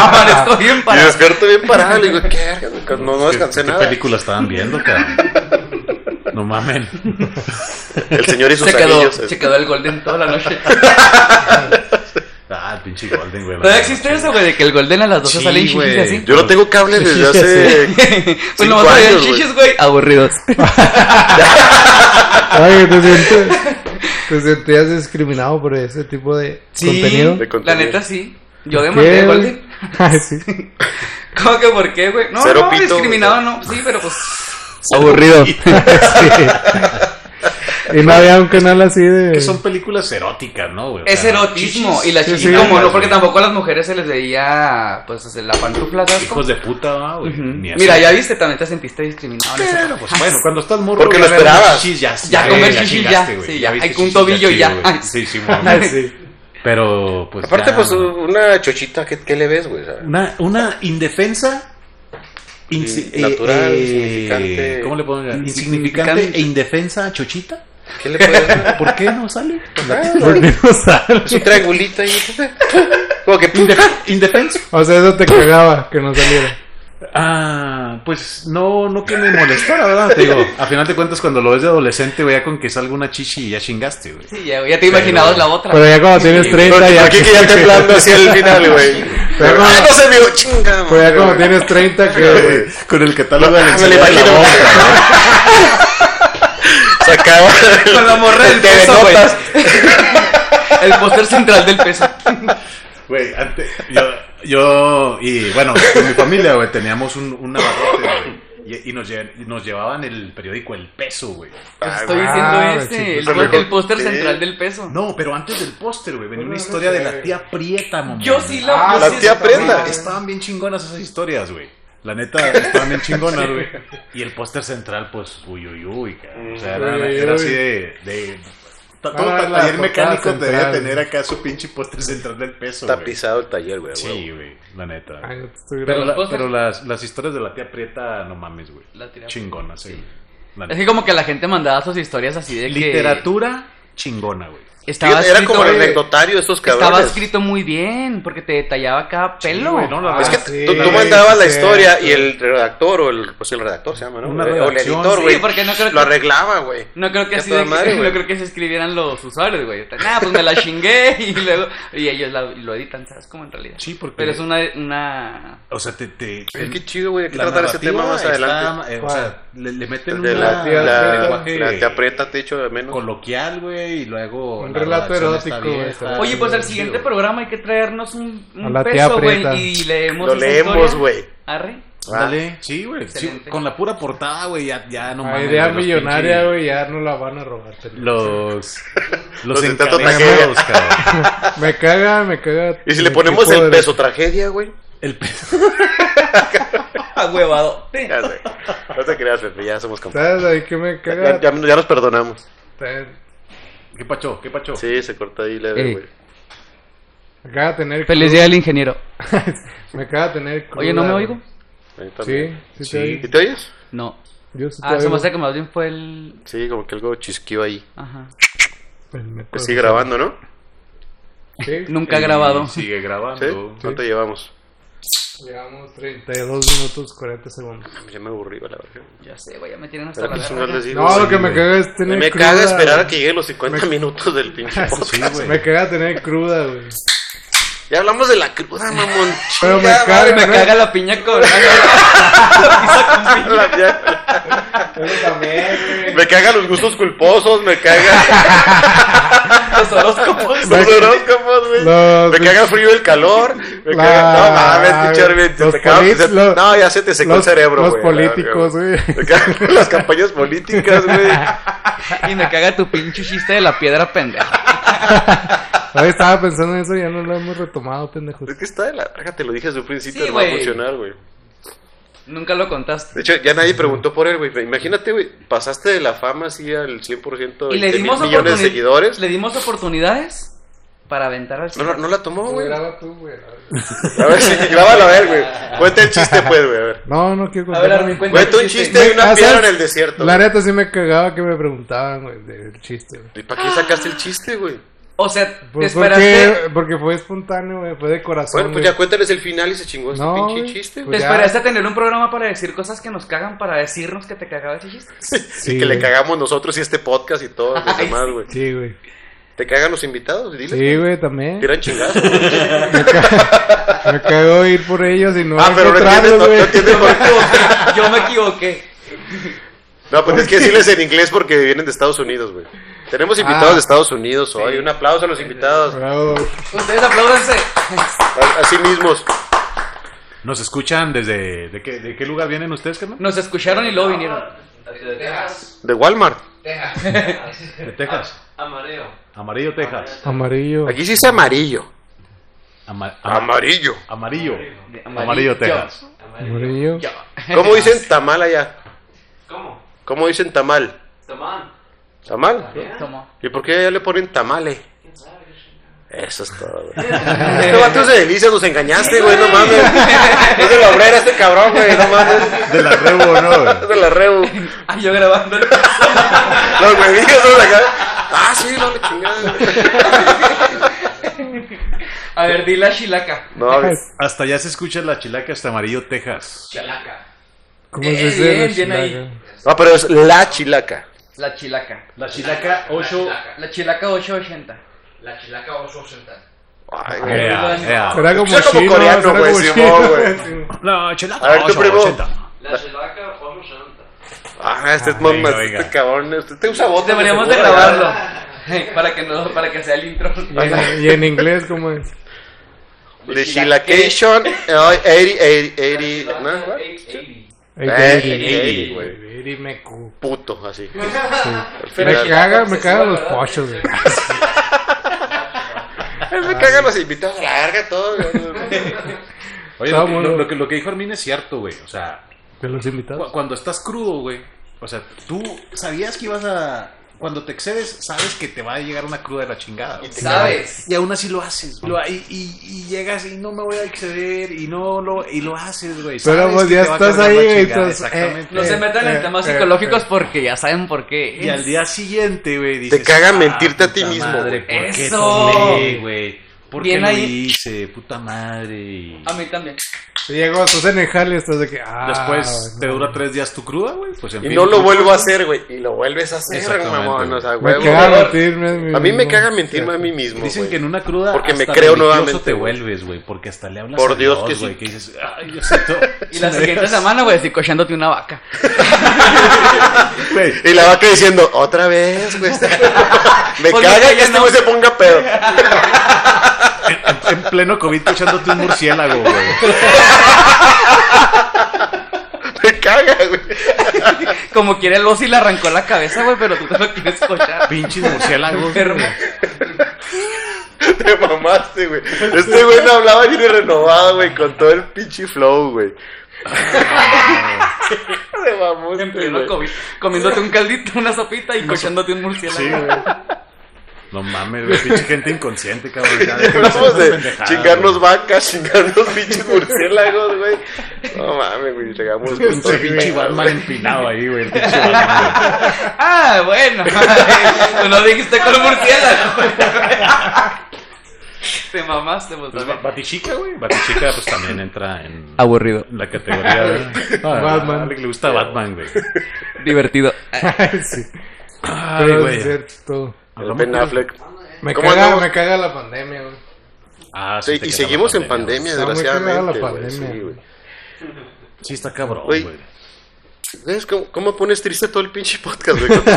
no. Amanezco bien
Y
parado.
despierto bien parado. Le digo, ¿qué? verga? No, no descansé
¿Qué
nada.
películas estaban viendo, cabrón? No mamen.
El señor y sus
Se quedó,
anillos.
se quedó el Golden toda la noche.
Ah, el pinche Golden, güey.
¿Todavía existe eso, güey? De que el Golden a las 12
Sí,
sale en chichis
güey.
y así.
Yo no tengo cable desde hace.
pues
Cinco
nomás había
años, güey.
chichis, güey. Aburridos.
Ay, te sientes, te sentías discriminado por ese tipo de contenido.
De
la
contenido.
neta sí. Yo
¿Qué,
demandé el
güey?
Golden.
Ay, sí.
¿Cómo que por qué, güey? No,
Cero
no,
pito,
discriminado,
güey.
no. Sí, pero pues...
Aburrido. Y no había un canal así de.
Que son películas eróticas, ¿no, güey? O
Es
sea,
erotismo.
chichis,
Y la
Sí,
chichis,
sí.
como no, porque tampoco a las mujeres se les veía, pues, hacer la pantufla, ¿sabes?
Hijos de puta, ¿no, güey.
Ujú.
Ni así.
Mira, ya viste, también te sentiste discriminado. en ese
Pero,
momento.
pues bueno, cuando estás morro.
Porque
ya
lo
ver unas
esperabas.
chichis, ya,
Ya
güey,
comer chichis, ya,
chingaste, güey,
sí, ya,
viste
hay que un
chichis,
tobillo, ya.
chido,
Ay,
güey. Sí, sí,
Ay,
güey.
sí.
Pero, pues.
Aparte,
ya,
pues,
güey.
una chochita, ¿qué, qué le ves, güey? O sea,
Una, una indefensa. eh,
Sí, natural, insignificante.
¿Cómo le puedo llamar?
Insignificante.
Insignificante e indefensa a Chochita.
¿Qué le puedes ver?
¿Por qué no sale?
Ah,
¿Por qué no sale?
Es un triangulito ahí. Como que pum,
Indef- indefenso.
O sea, eso te cagaba que no saliera.
Ah, pues no, no que me molestara, ¿verdad? Te digo, a final de cuentas, cuando lo ves de adolescente, güey, ya con que salga una chichi y ya chingaste, güey.
Sí, ya, güey, ya te imaginabas la otra.
Pero ya cuando tienes 30, ya.
Aquí que ya temblando hacia el final, güey.
Pero no.
Ah, no se vio, chinga.
Pero ya cuando
madre,
tienes 30, que.
Eh, Con el catálogo
Ah, me lo imagino. Sacaba
Con la morra del
Te
peso, güey.
denotas.
El póster central del peso.
Güey, antes, yo, yo, y bueno, con mi familia, güey, teníamos un, un abarrote, güey. Y, y nos, lle- nos llevaban el periódico El Peso, güey.
Estoy
güey.
diciendo
Ah,
este,
sí,
el,
pues,
pó-
mejor.
el póster
Sí.
central del peso.
No, pero antes del póster, güey, venía una historia de la tía Prieta, mamá.
Yo sí la...
Ah,
yo
la
sí
tía
esa
prenda.
mamá.
Güey, Estaban bien chingonas esas historias, güey. La neta, estaban bien chingonas, güey. Y el póster central, pues, uy, uy, uy, cabrón. O sea, era,
Uy, uy,
era
uy.
así de... de- ta- todo
Ah, la
taller
portada
mecánico
central.
debía tener acá su pinche póster central del peso, güey.
tapizado el taller, güey.
Sí, güey, la neta.
Ay, no te
Pero,
estoy grabando.
la-
los pósters-
pero las, las historias de la tía Prieta, no mames, güey.
La tía-
Chingona, sí.
sí.
La
Es
neta.
que como que la gente mandaba sus historias así de que...
Literatura chingona, güey.
Estaba
Era
escrito,
como el
güey,
anecdotario de estos cabrones.
Estaba escrito muy bien, porque te detallaba cada pelo.
güey, no, la
Es que
Ah,
sí,
tú, tú
sí,
mandabas la
sí,
historia
sí.
y el redactor, o el, pues el redactor se llama, ¿no?
Una
o el
redacción.
editor,
Sí,
güey.
porque no creo que-
Lo arreglaba, güey.
No creo que
Ya
así
toda
de-
madre,
no
güey.
creo que se escribieran los usuarios, güey. Nah, pues me la chingué y luego y ellos la- lo editan, ¿sabes? Como en realidad.
Sí, porque-
Pero es una una
O sea, te... te
Es que chido, güey. Hay que
la
tratar ese
narrativa
tema más
está,
adelante.
eh, o sea, le, le meten
De
una-
la,
tía-
un
la,
lenguaje
la- te aprieta, te echo de menos.
coloquial, güey, y luego...
Un
la
relato
redacción está
erótico, güey,
vieja.
está-
Ah,
Oye, pues al siguiente programa hay que traernos un, un
A la tía
peso, güey,
Preta.
y leemos
Lo
esa
leemos,
historia.
güey.
Arre.
Dale, Ah, sí, güey, sí,
Excelente.
con la pura portada, güey, ya, ya no
La
mames,
idea
güey, los
millonaria,
pinches-
güey, ya no la van a robar. te lo-
Los... Los
Los de tanto
encadenados, cabrón.
Me caga, me caga.
Y si le
mi
ponemos
tipo
el
de-
peso tragedia, güey.
El peso.
Agüevado.
Ya sé. No te creas, Pepe, ya somos compas.
¿Sabes? Ahí que me caga.
Ya, ya- ya nos perdonamos.
te-
¿Qué pacho? ¿Qué pacho?
Sí, se cortó ahí
Ey.
Eh,
leve, güey.
Me caga tener.
Feliz día del ingeniero.
Me caga tener. cruda,
Oye, ¿no me
güey.
oigo?
Ahí
Sí,
también.
sí,
Sí.
te
¿Y
oigo.
te oyes?
No.
Yo sí te
Ah, se me
oigo.
hace que más bien fue el...
Sí, como que algo chisqueó ahí.
Ajá.
Me
Pues
acuerdo.
sigue grabando, ¿no?
Sí.
Nunca
Y
grabado.
Sigue
¿Sí?
grabando.
¿Cuánto llevamos?
Llevamos 32 minutos 40 segundos.
Ya me aburrí, güey, la verdad.
Ya sé, güey, ya me tienen hasta
Pero
la
pues,
verga.
no les digo,
No, lo
güey,
que me
güey.
caga es tener
Me
cruda.
caga esperar a que lleguen los 50 minutos del pinche podcast.
Sí, güey.
Me caga tener cruda, güey.
Ya hablamos de la cruda, mamón.
Pero me
Chinga,
caga,
Me
¿no?
caga la piña con.
madre, la mía.
Eso también, güey.
Me cagan los gustos culposos, me cagan
Los horóscopos.
los horóscopos, güey.
Los-
Me caga el frío y el calor. Me
La-
caga. No mames, pinche Arvin,
los
te caga-
polit-
se-
los-
No, ya se te secó el
los-
cerebro,
los
güey. la verga,
políticos, güey.
Me cagan las campañas políticas, güey.
Y me caga tu pinche chiste de la piedra pendeja.
Ahí estaba pensando en eso y ya no lo hemos retomado, pendejos.
Es que está de la verga, te lo dije desde un principio,
Sí,
no va a
güey.
funcionar, güey.
Nunca lo contaste.
De hecho, ya nadie preguntó por él, güey. Imagínate, güey, pasaste de la fama así al 100%
Y le
20 mil
dimos
millones de
oportuni-
seguidores.
Le dimos oportunidades para aventar al
No, no, no la tomó, güey. A
Graba tú, güey.
ver, sí, grábalo, a ver, güey. Cuenta el chiste, pues, güey, a ver.
No, no quiero
A ver,
contar.
Armin, cuenta
Cuenta
tu
un chiste y una
Ah,
piedra en
¿sabes?
el desierto.
La
güey.
neta sí me cagaba que me preguntaban, güey, del chiste, güey.
¿Y para qué sacaste el chiste, güey?
O sea, te
Pues
esperaste,
porque, porque fue espontáneo, güey, fue de corazón.
Bueno, pues
güey.
ya cuéntales el final y se chingó este
No,
pinche
güey.
chiste,
te
güey.
Pues ya.
esperaste a tener un programa para decir cosas que nos cagan para decirnos que te cagaba ese chiste.
Sí,
y que le
güey.
cagamos nosotros y este podcast y todo los demás, güey.
Sí, güey.
¿Te cagan los invitados? Dile.
Sí, güey, también.
Tiran chingazo. güey.
Me cago ir por ellos y no
Ah, pero no entiendes,
encontrarlos,
no, no
güey.
entiendes por qué.
Yo me equivoqué.
No, pues es que decirles en inglés porque vienen de Estados Unidos, güey. Tenemos invitados
Ah.
de Estados Unidos hoy. Un aplauso a los invitados.
Bravo.
Ustedes apláudanse.
A, a sí mismos.
¿Nos escuchan desde de qué, de qué lugar vienen ustedes, carnal?
Nos escucharon y luego vinieron.
De Walmart.
De Texas. Amarillo. Amarillo, Texas.
Amarillo.
Aquí sí es amarillo.
Ama-
Ah.
ama-
Amarillo.
amarillo.
Amarillo.
Amarillo, Texas.
Amarillo.
¿Cómo dicen tamal allá? ¿Cómo? ¿Cómo dicen tamal? Tamal. ¿Tamal?
Tomó.
¿Y por qué allá le ponen tamale? Eso es todo, güey. Este vato se delicia, nos engañaste, güey, no mames. Es de la obrera este cabrón, güey, no mames.
De la Rebo, ¿no? güey?
Es de la rebu.
Ah, yo grabando.
Los huevillos son acá. Ah, sí, no le chingada.
A ver, di la chilaca.
No, güey.
Hasta allá se escucha la chilaca hasta Amarillo, Texas.
¿Cómo se
eh,
Bien,
dice? la
bien, bien ahí.
chilaca?
No, pero es la chilaca.
La chilaca.
La chilaca 8.
La chilaca 880.
Ay, güey.
Ea, ea.
Suena Ah,
Será como
como
chino,
coreano,
será
güey,
como
Simón, güey.
chino.
La chilaca
A ver, tu primo.
880.
Ah, este es mamá,
venga, venga.
este cabrón. Este te usa botas.
Pues Deberíamos de
seguro,
grabarlo.
¿verdad?
Para que, no, para que sea el intro.
Y en- y en inglés, ¿cómo es?
The Shilakation. eh, 80, 80, 80, ¿no? What?
Eri,
Eri, Eh, güey.
Eri, me cu-
Puto, así. Al
Me
final.
caga, me cagan los pochos, güey.
Ay, Me cagan los invitados a la verga, todo. güey.
Oye, lo que,
Vámonos.
lo- lo que- lo que dijo Armin es cierto, güey. O sea,
De los
Cu-
invitados.
Cuando estás crudo, güey. O sea, tú sabías que ibas a. Cuando te excedes, sabes que te va a llegar una cruda de la chingada. güey.
¿Sabes?
Y aún así lo haces. Lo, y, y- y llegas y no me voy a exceder y no lo y lo haces, güey.
Pero
Sabes
pues
que
ya
te va a
estás
cargar la
ahí, güey,
chingada,
entonces,
Exactamente.
No se
Eh,
metan en
eh,
temas
eh,
psicológicos porque ya saben por qué.
y al día siguiente, güey, dices,
Te caga
"Ah,
mentirte a ti
puta
mismo,
madre,
güey".
¿por qué
Eso.
tomé, güey? ¿Por
Bien
qué lo
ahí.
hice? Puta madre. Y
A mí también.
Llego, estás en el jale, estás de que. Ah,
Después te
no.
dura tres días tu cruda, güey. Pues, en
Y
fin,
no lo
tú-
vuelvo a hacer, güey. Y lo vuelves a hacer,
Exactamente,
mamón.
güey.
O sea,
Me
huevo.
caga
güey.
mentirme a mí
A mí me
mismo.
caga mentirme a mí mismo.
Dicen
güey.
que en una cruda.
Porque me
hasta
creo
religioso
nuevamente,
te
güey.
vuelves, güey, porque hasta le hablas
Por
a
Dios
Dios,
que
güey,
sí.
que dices, ay, Diosito.
Y la siguiente semana, güey, estoy cochándote una vaca.
Güey,
Y la vaca diciendo, otra vez, güey. me
Pues,
caga
güey,
que este
no.
güey se ponga pedo.
en pleno COVID tú echándote un murciélago, güey.
Me caga, güey.
Como quiere el oso y le arrancó la cabeza, güey, pero tú te lo quieres cochar.
Pinches murciélagos.
Enfermo.
güey.
Te mamaste, güey. Este güey no hablaba ni renovado, güey, con todo el pinche flow, güey. Te
En
mamaste,
pleno
güey.
COVID, comiéndote un caldito, una sopita y cochándote un
Sí,
murciélago.
güey. No mames, güey, pinche gente inconsciente, cabrón. ya, déjenme hacer
Hablamos
esas
de
pendejadas,
chingarnos
güey.
vacas, chingarnos pinches murciélagos, güey. No mames, güey, llegamos con todo
Pinche
el
pinche Batman empinado ahí, güey. el pinche Batman, güey.
Ah, bueno. Tú no dijiste con murciélago. Te mamaste, pues
Pues,
también.
Ba- Batichica, güey. Batichica, pues también entra en
Aburrido.
la categoría de. No, a
Batman.
Alec le gusta Batman, güey.
Divertido.
sí.
Ah,
Ay,
Pero es
güey.
cierto.
El Ben Affleck.
Me
¿Cómo
caga,
andamos?
me caga la pandemia, güey.
Ah,
Sí,
te
y
queda
seguimos
la
en pandemia,
Está muy
desgraciadamente.
pegada la
güey,
pandemia.
sí, güey.
Sí, está cabrón,
Güey.
güey.
¿Ves cómo, cómo pones triste todo el pinche podcast, güey? Con tus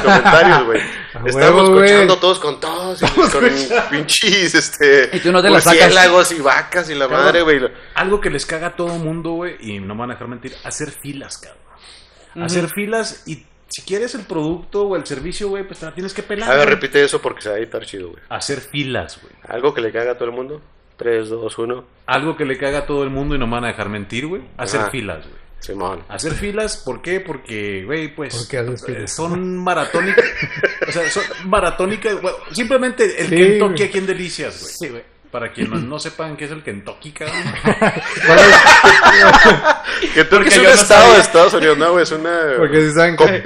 comentarios, güey. Estamos
huevo,
escuchando
güey.
todos con todos. Y con pinches, este.
Y tú no te la sacas.
murciélagos y vacas y la
Cabrón.
madre, güey.
Algo que les caga a todo mundo, güey, y no me van a dejar mentir, hacer filas, cabrón. Hacer filas y si quieres el producto o el servicio, güey, pues te la tienes que pelar.
A ver,
güey.
repite eso porque se va a editar chido, güey.
Hacer filas, güey.
Algo que le caga a todo el mundo. 3, 2, 1.
Algo que le caga a todo el mundo y no me van a dejar mentir, güey. Hacer
Ajá.
filas, güey.
Simón.
Hacer filas, ¿por qué? Porque, güey, pues.
¿Por qué haces filas?
eh, Son maratónicas. o sea, son maratónicas. güey. simplemente el
Sí,
Kentucky
güey.
aquí en Delicias, güey. Sí, güey. Para quienes no sepan qué es el Kentucky, cabrón.
Que tú que es
yo
un
no
estado
sabía.
de Estados Unidos, no, güey. Es una.
Porque si saben
Com-
que.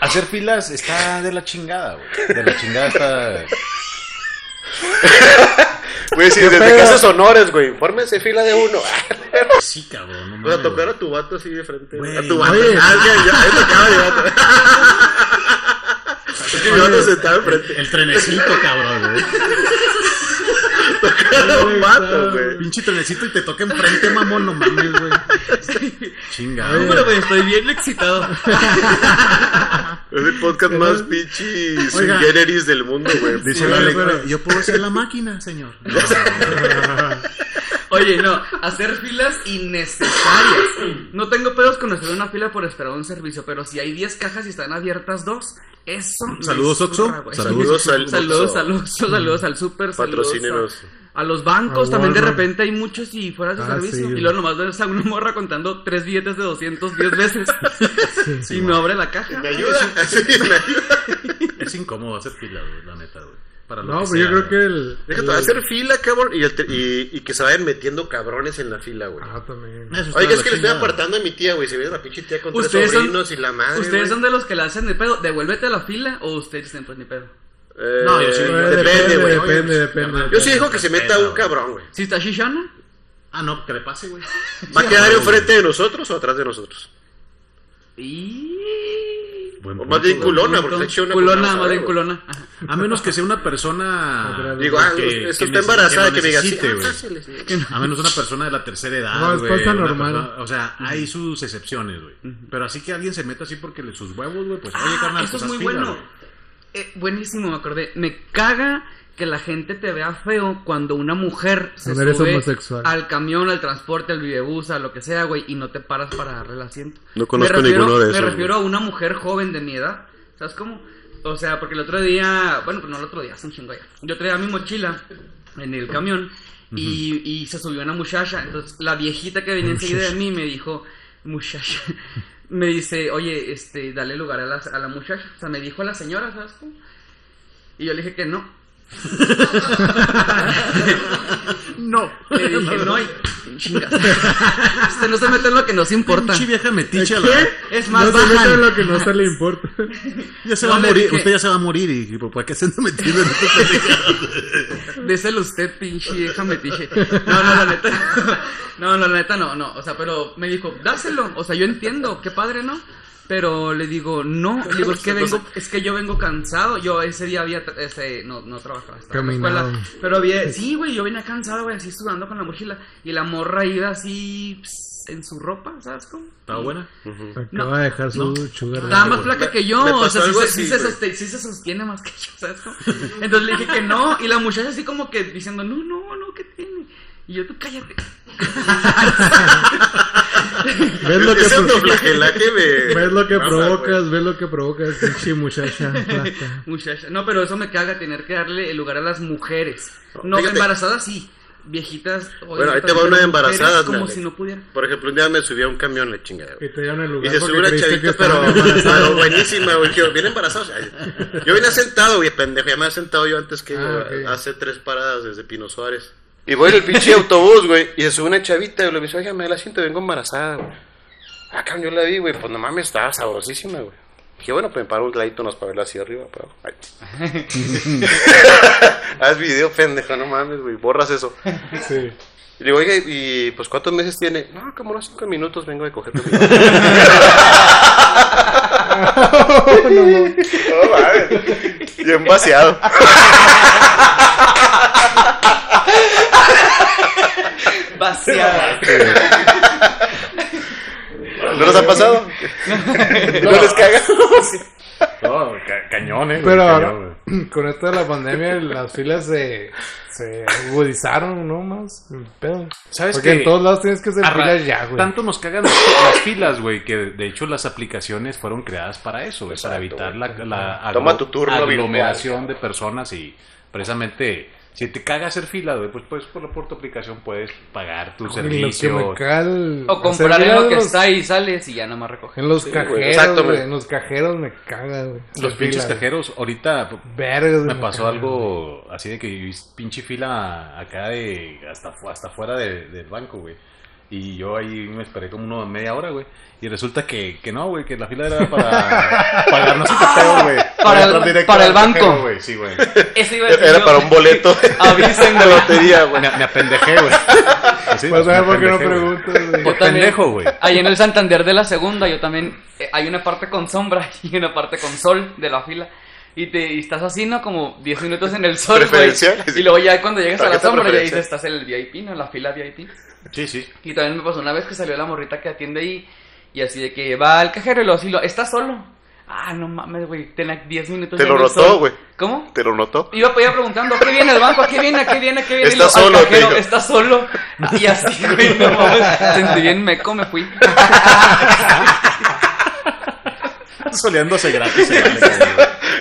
Hacer filas está de la chingada, güey. De la chingada está.
Güey, sí, desde casas honores, güey. Fórmense fila de uno.
Sí, cabrón. No
O sea,
mames,
tocar
güey.
a tu vato así de frente.
Güey,
a tu vato.
güey.
Ah, es que ya, es lo que acaba de llegar. Es que mi vato sentado enfrente.
El trenecito, cabrón, güey.
Tocar a un vato, güey.
Ah, Pinche trenecito y te toca enfrente, mamón, no mames, güey. Chingado.
Pero, güey, estoy bien excitado.
Es el podcast más pinche sui generis del mundo, güey.
Dice
Sí,
la
güey.
lectura, yo puedo ser la máquina, señor.
Oye, no, hacer filas innecesarias. No tengo pedos con hacer una fila por esperar un servicio, pero si hay 10 cajas y están abiertas dos, eso. me
Saludos,
zurra,
Oxxo.
güey.
Saludos al-
Saludos
Oxxo.
al Oxxo, saludos al Super,
Patrocínenos.
saludos a, a los bancos.
A
También de
Walmart.
repente hay muchos y fuera de
Ah,
servicio.
sí.
Y luego nomás ves a una morra contando tres billetes de 210 veces. y no abre la caja.
¿Me ayuda? Sí, me ayuda.
Es incómodo hacer fila, güey, la neta, güey. Para lo
No,
que
pero yo
sea,
creo que
güey.
el.
Déjate hacer fila, cabrón. Y, el te- y, y que se vayan metiendo cabrones en la fila, güey.
Ah, también.
Eso está de la
Oiga, es que le estoy
chingada.
apartando a mi tía, güey. Se viene la pinche tía con tres
Ustedes son-
sobrinos y la madre.
¿Ustedes
güey.
son de los que la hacen de pedo? ¿Devuélvete a la fila o ustedes dicen, pues ni pedo?
Eh,
No, yo sí, güey,
Depende, güey.
Depende, depende.
Yo sí digo que se meta
Depende,
un
güey.
cabrón, güey.
Si está Shishana,
Ah, no, que le pase, güey.
¿Va a quedar enfrente de nosotros o atrás de nosotros?
y.
Buen
O
punto,
más bien
güey.
culona, porque se echa una
culona, más
güey.
bien culona. Ajá.
A menos que sea una persona.
Digo, ah,
que-
usted
que
está
neces-
embarazada,
lo
que me diga, sí,
necesite, güey.
ah, fácil, sí.
A menos una persona de la tercera edad.
No, es
güey,
cosa
una
normal.
persona- o sea, hay sus excepciones, güey. Pero así que alguien se meta así porque le sus huevos, güey, pues oye,
Ah,
carnal,
esto
pues,
es
haz
muy
fila,
bueno.
güey.
Eh, buenísimo, me acordé. Me caga que la gente te vea feo cuando una mujer se
Cuando eres
sube
homosexual.
al camión, al transporte, al videobús, a lo que sea, güey, y no te paras para darle el asiento.
No conozco
Me refiero-
ninguno de esos,
Me refiero a una mujer joven de mi edad, ¿sabes cómo? O sea, porque el otro día, bueno, pues no el otro día, hace un chingo ya. Yo traía mi mochila en el camión y, y se subió una muchacha. Entonces, la viejita que venía enseguida de mí me dijo, muchacha, me dice, oye, este, dale lugar a la, a la muchacha. O sea, me dijo la señora, ¿sabes cómo? Y yo le dije que no.
No.
Le dije, no, y chingas. Usted no se mete en lo que nos importa.
Pinche vieja metiche a la-
Es
No
más,
se mete en
bajan.
lo que no se le importa.
Ya se
No,
va a
le
morir.
dije-
Usted ya se va a morir y, y pues, ¿para qué se anda metiendo en este
Déselo usted, pinche vieja metiche. No, no, la neta. No, no, la neta, no, no. O sea, pero me dijo, dáselo. O sea, yo entiendo, qué padre, ¿no? Pero pues, le digo, no. Le digo, es que, vengo, es que yo vengo cansado. Yo ese día había. tra- Este, no, no trabajaba. estaba en la
Caminado.
escuela. Pero había. Sí, güey, yo venía cansado, güey, así sudando con la mochila. Y la morra iba así. pss, En su ropa, ¿sabes cómo?
¿Está buena?
Acaba de dejar su sugar.
Estaba más flaca que yo,
Me
o
pasó
sea, sí,
algo
se-
así,
sí se
güey.
soste- sí se sostiene más que yo, ¿sabes? cómo? Entonces le dije que no, y la muchacha así como que diciendo, no, no, no, ¿qué tiene? Y yo, tú cállate.
¿Ves lo que,
Ese
pro-
autoflagelaje me-
ves lo que
Pasa,
provocas? ¿Ves lo que provocas? Pinche muchacha. flaca.
Muchacha, no, pero eso me caga tener que darle el lugar a las mujeres. No,
Fíjate.
embarazadas sí, viejitas. oye,
Bueno, ahí te
también,
va una de
pero mujeres
embarazadas,
Como
dale.
si no pudiera.
Por ejemplo, un día me subí a un camión, la chingada,
Y
güey.
te dieron el
Y se
lugar. porque
subió una
creíste que
chavita, pero,
estaban embarazadas.
pero buenísima, güey. que Viene embarazada. o sea, Yo vine sentado, güey, pendejo. Ya me había sentado yo antes que
Ah,
güey,
ok.
hace tres paradas desde Pino Suárez. Y voy en el pinche autobús, güey. Y se sube una chavita y le dice, oiga, me la siento, vengo embarazada, güey. Ah, cabrón, yo la vi, güey. Pues no mames, estaba sabrosísima, güey. Dije, bueno, pues me paro un ladito unos para verlo así arriba. Para abajo. Ay. Haz video, pendejo, no mames, güey. Borras eso.
Sí.
Y le digo, oiga, ¿y pues cuántos meses tiene? No, como unos cinco minutos vengo de coger tu No mames. Bien vaciado.
Vaciada.
¿No les ha pasado? ¿No les caga?
No, ca- cañón, eh. güey,
Pero
cañón,
ahora, con esto de la pandemia, las filas se, se agudizaron, ¿no? Más. el pedo.
¿Sabes
Porque
qué?
en todos lados tienes que hacer
güey.
filas ya, güey.
Tanto nos cagan las las filas, güey, que de hecho las aplicaciones fueron creadas para eso, güey, para evitar la, la aglo-
Toma tu turno
aglomeración de personas y precisamente si te caga hacer fila, güey, pues, pues por, por tu aplicación puedes pagar tu
Y lo que
servicio.
me caga el-
O
hacer
comprar en
filas
lo que
los-
está y sales y ya nada más recoger.
En los
Sí, güey.
cajeros,
Exacto,
güey,
güey.
En los cajeros me caga, güey.
Los
Las
pinches
filas.
cajeros, ahorita
Vergas,
Me
güey,
pasó
caga.
algo así de que vi pinche fila acá de hasta, fu- hasta fuera de- del banco, güey. Y yo ahí me esperé como una media hora, güey. Y resulta que, que no, güey, que la fila era para pagar no sé qué pedo, güey.
Para el-
entrar directo
para
al
el banco.
cajero, güey. Sí, güey.
Eso iba a decir
Era
yo.
para un boleto.
Avisen,
de lotería, güey.
Me, me apendejé, güey. Sí,
Vas a ver por qué no
apendejé, güey.
preguntas, güey.
Por
Yo también.
pendejo, güey.
Ahí en el Santander de la segunda, yo también. eh, hay una parte con sombra y una parte con sol de la fila. Y, te, y estás así, ¿no? Como 10 minutos en el sol, güey.
Preferencial.
Y luego ya cuando llegas a la
Tarjeta
sombra, ya
preferencial.
dices, estás en el VIP, ¿no? En la fila VIP.
Sí, sí.
Y también me pasó una vez que salió la morrita que atiende ahí. Y así de que va al cajero y lo así, lo, ¿estás solo? Ah, no mames, güey. Tenía 10 minutos.
Te
ya
lo
en el
rotó,
sol.
güey.
¿Cómo?
¿Te lo notó?
Iba para allá preguntando, ¿a ¿qué viene el banco? ¿A ¿Qué viene? ¿A ¿Qué viene? ¿A ¿Qué viene? Y
Estás
lo- al
solo, te
cajero,
digo.
Estás solo. Y así, güey, no mames. Sentí bien meco, me fui.
Soleándose gratis. se vale, güey.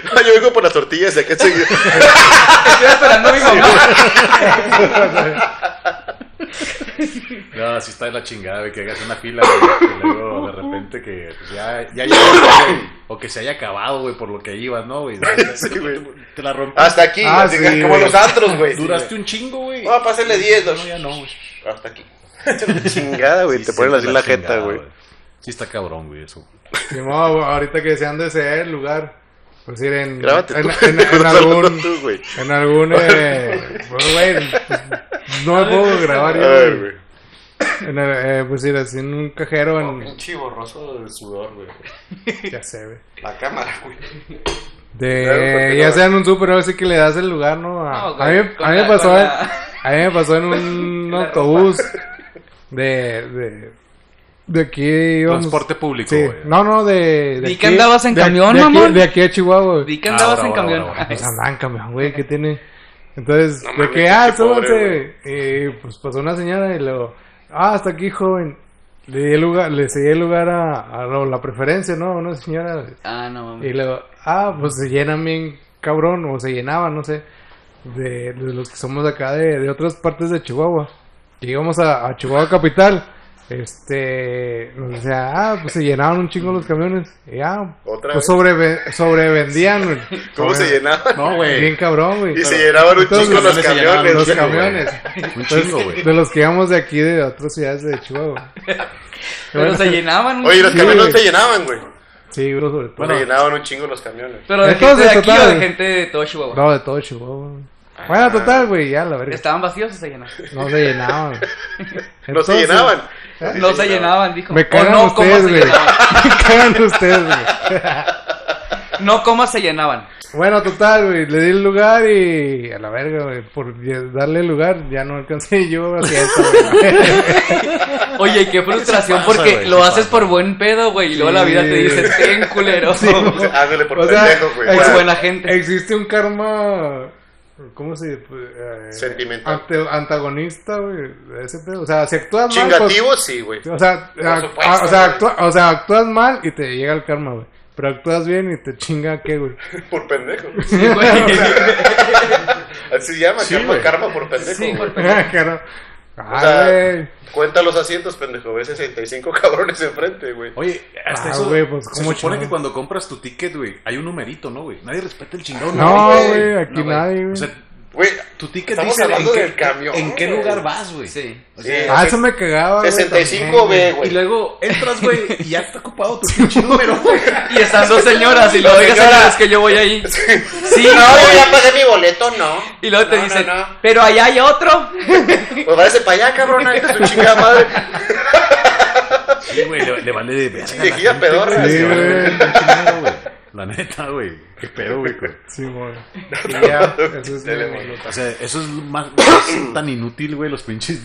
No, yo vengo por las tortillas de aquí enseguida.
Estoy esperando a mi mamá.
No, sí está de la chingada de que hagas una fila güey, y luego de repente que pues, ya, ya llegó, güey, o que se haya acabado, güey, por lo que ibas, ¿no, güey?
Sí, güey.
Te la rompes.
Hasta aquí,
Ah,
así que
sí,
como
güey.
los antros, güey. Ah,
Duraste un chingo, güey.
No, pásale 10,
No,
dos.
ya no, güey.
Hasta aquí. Chingada, güey.
Sí,
te
sí,
ponen
de
así en la jeta,
chingada,
güey.
Sí está cabrón, güey, eso.
Sí, mo, ahorita que desean de ser el lugar. Pues ir en,
Grábate
en,
tú.
en- en algún.
tú, güey.
En algún. eh, bueno, güey, no me puedo grabar
A
yo,
ver,
güey.
güey.
En el, eh, pues ir así en un cajero. En,
borroso de sudor, güey.
ya sé, güey.
La cámara, güey.
De,
Claro, porque
ya
no.
sea en un super, ahora sí que le das el lugar, ¿no? A,
No,
a
güey,
mí,
con
a mí me
la-
pasó, eh.
con
en-
la-
a mí me pasó en un
la
autobús de, de, de aquí. íbamos-
Transporte público,
Sí.
güey.
No, no, de. de
Di que
aquí-
andabas en
de-
camión,
de aquí-
mamón.
De aquí a Chihuahua, güey.
Di que andabas
Ahora,
en
ahora,
camión.
ahora,
Pues andaban en camión, güey, ¿qué tiene? Entonces,
No
de
mames,
que, ah,
pinche pobre,
súbanse. Y pues pasó una señora y luego, ah, hasta aquí, joven. Le di el lugar, le seguí el lugar a, a lo- la preferencia, ¿no? A Una señora.
Ah, no
Y
mames.
luego, ah, pues se llenan bien cabrón, o se llenaban, no sé, de, de los que somos acá de, de otras partes de Chihuahua. Llegamos a, a Chihuahua Capital, este, nos decía, ah, pues se llenaban un chingo los camiones, y ah,
Otra
pues
vez.
sobreve- sobrevendían, güey.
¿Cómo se llenaba?
No,
Bien
güey.
cabrón, güey.
Y se llenaban un
Entonces,
chingo los
se llenaban
camiones.
los
un chingo,
camiones.
güey. Un chingo, güey.
De los que íbamos de aquí, de otras ciudades de Chihuahua.
Pero se llenaban.
Oye, los
Sí,
camiones no
güey.
te llenaban, güey.
Sí, bro, sobre todo.
Te llenaban un chingo los camiones.
Pero de gente
Entonces,
de aquí o de
total.
gente de todo Chihuahua.
no, de todo Chihuahua. güey.
Ah,
Bueno, total, güey, ya la verga.
¿Estaban vacíos o se llenaban?
No se llenaban.
No se
Entonces,
llenaban.
No se llenaban, dijo.
Me
O
cagan
no, ¿cómo
ustedes,
se
güey.
llenaban?
Me cagan ustedes, güey.
No, ¿cómo se llenaban?
Bueno, total, güey. Le di el lugar y a la verga, güey. Por ye- darle el lugar ya no alcancé yo. Así eso,
Oye, qué frustración,
pasa,
porque
güey,
lo
sí
haces
pasa.
por buen pedo, güey, y luego la vida te dice, ten culero.
Hágale por
O sea,
pendejo, güey.
ex-
por buena gente.
Existe un karma. ¿Cómo se.? eh,
Sentimental.
ante- antagonista, güey. de Ese pedo. O sea, si actúas mal. pues,
Chingativo, sí, güey.
o, sea, ac-
supuesto,
ah, o, sea,
güey.
actúa- o sea, actúas mal y te llega el karma, güey. Pero actúas bien y te chinga, ¿qué, güey?
Por pendejo.
Sí, güey.
Así se llama,
Sí,
karma,
güey.
karma por pendejo.
Sí,
güey.
por
Claro.
O
Ah,
sea,
güey.
cuenta los asientos, pendejo. Ves 65 cabrones enfrente, güey.
Oye, hasta
Ah,
eso.
güey, pues,
se
¿cómo
supone
chingado?
que cuando compras tu ticket, güey, hay un numerito, ¿no, güey? Nadie respeta el chingado.
No,
numerito,
güey, aquí
No, güey.
nadie, güey.
O sea,
Güey,
Tu ticket
Estamos
dice
hablando
en qué,
del camión,
en qué
güey.
lugar vas, güey.
Sí.
O
Sí.
sea,
Ah, eso me cagaba. güey,
65B,
también,
Y
güey.
luego entras, güey, y ya está ocupado tu pinche número, güey.
Y están dos señoras y lo
Dos
oigas
señoras.
señoras que yo voy ahí. Sí,
No, yo
güey.
ya pagué mi boleto, no.
Y luego te
No, no,
dicen,
no.
pero allá hay otro.
Pues váyase para allá, cabrón, ahí está su chingada madre.
Sí, güey, le, le vale de verga. a la
Viejilla
gente,
pedorra.
güey,
Sí,
le vale de
güey.
pinche madre, güey. La neta, güey. Qué pedo, güey. con-
Sí, güey. Y ya, eso es
Dele,
mi-
güey.
O sea, eso es más, más tan inútil, güey, los pinches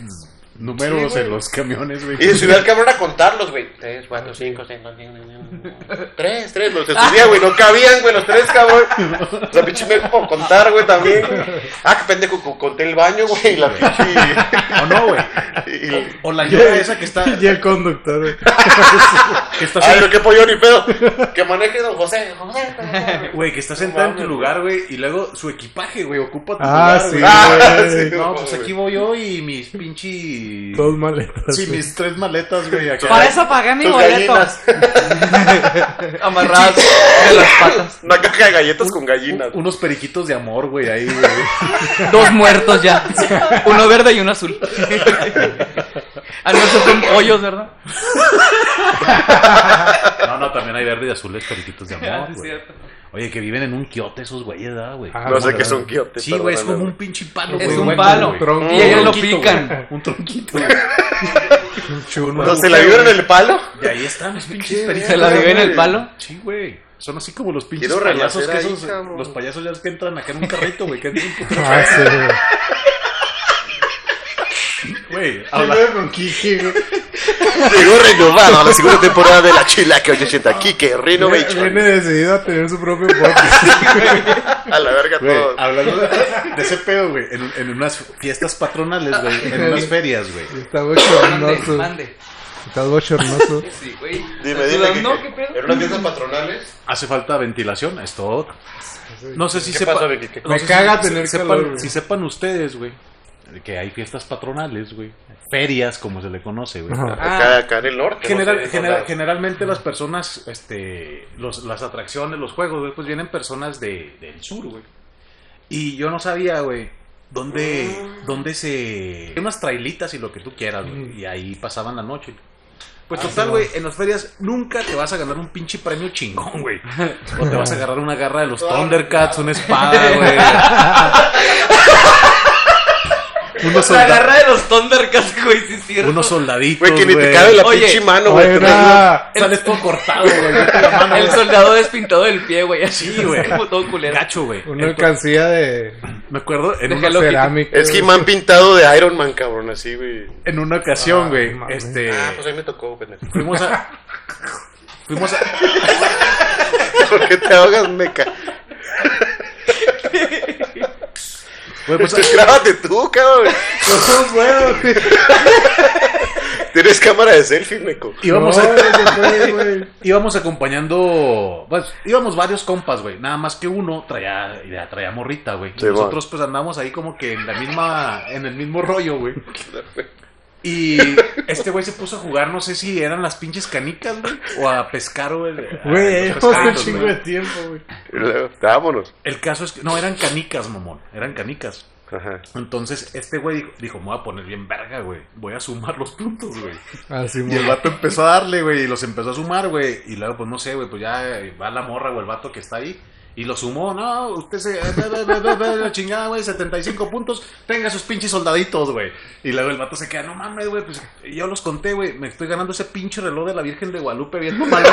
números en los camiones, güey.
Y se subió al cabrón a contarlos, güey. Tres, cuatro, cinco, seis, siete, ocho, Tres, tres, los subía, güey. No cabían, güey, los tres, cabrón. O sea, pinche me por contar, güey, también. güey. Ah, qué pendejo, co- conté el baño, güey. Y la pinche.
O no, güey.
y-
O la llave esa que está,
Y el conductor. güey.
que está
Ay,
sentada-
no, qué pollo ni pedo. Que maneje don José. José, cabrón.
Güey, que está sentada en tu lugar, güey, y luego su equipaje, güey, ocupa tu
Ah,
lugar,
sí,
güey.
Ah,
güey.
sí.
No, pues aquí voy yo y mis pinches...
Dos maletas.
Sí, mis tres maletas, güey, acá.
Para eso pagué mi
Tus
boleto.
gallinas.
Amarradas de las patas.
Una caja de galletas con gallinas.
Un- Unos periquitos de amor, güey, ahí, güey.
Dos muertos ya. Uno verde y uno azul. Al menos son pollos, ¿verdad?
No, no, también hay verde y azules periquitos de
Ah, sí,
amor, güey.
cierto.
Oye, que viven en un quiote esos güeyes, ¿verdad, güey?
Ah,
No sé
bueno,
qué son quiotes.
Sí, güey, es
perdóname.
como un pinche palo,
Es
güey,
un
hueco,
palo.
güey.
tronco,
Y ellos lo
tronquito,
pican.
güey. Un tronquito.
un chuno.
¿No se la vieron en el palo?
Y ahí están los pinches periquitos.
¿Se la
güey.
viven en el palo?
Sí, güey. Son así como los pinches
Quiero
payasos que
renacer ahí,
esos,
cabrón.
los payasos ya que entran acá en un carrito, güey, que entran un puto-
Ah, sí, güey.
Güey,
Yo
habla-
iba con Kiki, güey.
Llegó renovado a la segunda temporada de la Chilaca 80 Kike
Viene
Renovation.
decidido a tener su propio podcast.
A la verga
Güey,
todo.
hablando de, de ese pedo, güey, en, en unas fiestas patronales, güey, en unas ferias, güey.
Está bochornoso.
Mande.
Está bochornoso.
Sí, güey.
Dime,
¿Estás
dime.
sudando?
Kike.
¿Qué pedo?
¿En unas fiestas patronales?
Hace falta ventilación, es todo. No sé si
¿Qué
sepa-
pasó, mi Kike?
no
Me
sé
caga
si-
tener
si sepan,
calor, güey.
Si sepan ustedes, güey, que hay fiestas patronales, güey. Ferias, como se le conoce, güey.
Ajá.
Ah,
Acá, acá en el norte.
General-
no sé,
general-
no sé.
generalmente las personas, este, los, las atracciones, los juegos, güey, pues vienen personas de, del sur, güey. Y yo no sabía, güey, dónde, dónde se... hay Unas trailitas y lo que tú quieras, güey. Y ahí pasaban la noche. Pues
Ah,
total, güey, en las ferias nunca te vas a ganar un pinche premio chingón, güey. O te vas a agarrar una garra de los Thundercats, una espada, güey. unos,
La
solda-
garra Pues de los Thundercats, güey, sí es cierto.
unos soldaditos,
Güey, que ni te
güey.
cabe la
Oye,
pinche mano, güey.
Oye, era-
Sales todo cortado, güey. vete la mano,
El
güey.
soldado despintado del pie, güey. Así,
Sí, güey.
Como todo culero.
Gacho, güey.
Una
Entonces,
alcancía de
Me acuerdo en
De
una,
Hello Kitty.
cerámica.
Es que me han pintado de Iron Man, cabrón, así, güey.
en una ocasión,
Ah,
güey,
mames.
este,
Ah, pues ahí me tocó, pendejo.
fuimos a... Fuimos a...
¿Por qué te ahogas, meca?
güey, pues,
Pues grábate tú, cabrón. Tienes cámara de selfie, meco.
íbamos,
No,
a-
güey, güey.
íbamos acompañando... Pues, íbamos varios compas, güey. Nada más que uno traía, ya traía morrita, güey. Y
Sí,
nosotros pues andamos ahí como que en la misma... En el mismo rollo, güey. Y este güey se puso a jugar, no sé si eran las pinches canicas, güey, o a pescar, güey. a
Güey,
los
llevamos un
pescaditos,
chingo
güey.
de tiempo, güey.
Y luego, Vámonos.
El caso es que... No, eran canicas, mamón. Eran canicas.
Ajá.
Entonces, este güey dijo, dijo, me voy a poner bien verga, güey. Voy a sumar los puntos, güey.
Así,
Y el
güey.
vato empezó a darle, güey, y los empezó a sumar, güey. Y luego, pues no sé, güey, pues ya eh, va la morra o el vato que está ahí. Y lo sumó, no, usted se... eh, ve, ve, ve, ve, La chingada, güey, 75 puntos. Tenga sus pinches soldaditos, güey. Y luego el vato se queda, no mames, güey, pues yo los conté, güey. Me estoy ganando ese pinche reloj de la Virgen de Guadalupe viendo malo.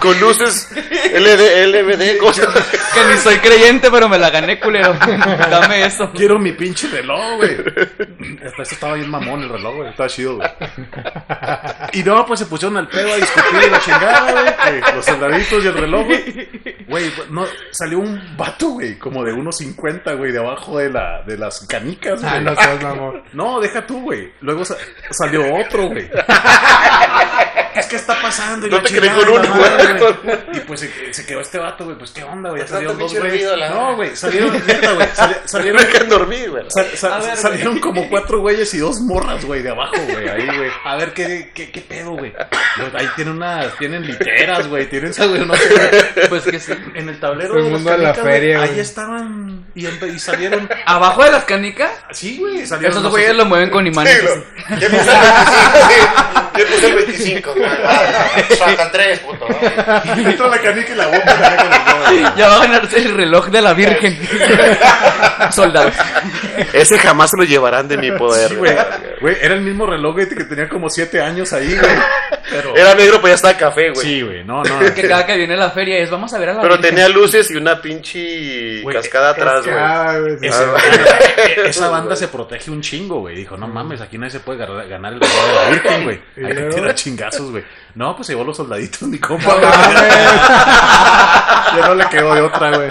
Con luces LD, LVD, cosas.
Que ni soy creyente, pero me la gané, culero. Dame eso.
Quiero mi pinche reloj, güey. Hasta eso Este, estaba bien mamón el reloj, güey. Estaba chido, güey. Y no, pues se pusieron al pedo a discutir y la chingada, güey. que Los soldaditos y el reloj, güey. Güey, no, salió un vato, güey, como de 1.50, güey, de abajo de, la, de las canicas,
Ah,
güey.
no seas mamón.
No, deja tú, güey. Luego sa- salió otro, güey. es que está pasando. Y
No
la
te quedé
chingada,
con
y la
uno,
madre,
güey.
güey. Y pues se, se quedó este vato, güey. Pues qué onda, güey. Ya
Tanto
salieron dos
pinche
güeyes.
ruido, la
No,
verdad.
güey. Salieron, mierda, güey. sali- Salieron,
Me dejan dormir, güey.
sal- sal-
A ver, güey.
salieron como cuatro güeyes y dos morras, güey, de abajo, güey. Ahí, güey. A ver qué, qué, qué pedo, güey. Los- Ahí tienen unas, tienen literas, güey. Tienen esa, güey. No sé, güey. Pues que sí, en el tablero.
El
de las
mundo de la
canicas, güey,
feria,
Ahí
güey.
estaban. Y, empe- y salieron.
Abajo de las canicas,
Sí, güey. Salieron.
esos
no sé-
güeyes lo mueven con
Sí,
imanes. así.
lo- Ya puse el 25, sí. Ya puse el 25, güey. Ah, Faltan tres, puto. ¿no?
Entra la canica y la bomba. la canica, güey.
Ya va a ganarse el reloj de la Virgen. Soldados.
Ese jamás se lo llevarán de mi poder.
Sí, güey. Güey, era el mismo reloj güey, que tenía como siete años ahí, güey. Pero...
Era negro, pero ya estaba café, güey.
Sí, güey, no, no.
Que cada que viene la feria es, vamos a ver a la
Pero
Virgen.
tenía luces y una pinche
Güey,
cascada atrás, güey.
Ah, güey, sí.
Esa,
Ah,
esa banda se protege un chingo, güey. Dijo, no mames, aquí nadie se puede gar- ganar el reloj de la Virgen, güey.
¿Y
Hay que
luego?
tirar chingazos, güey. No, pues se llevó los soldaditos, mi compa.
Yo no le quedo de otra, güey.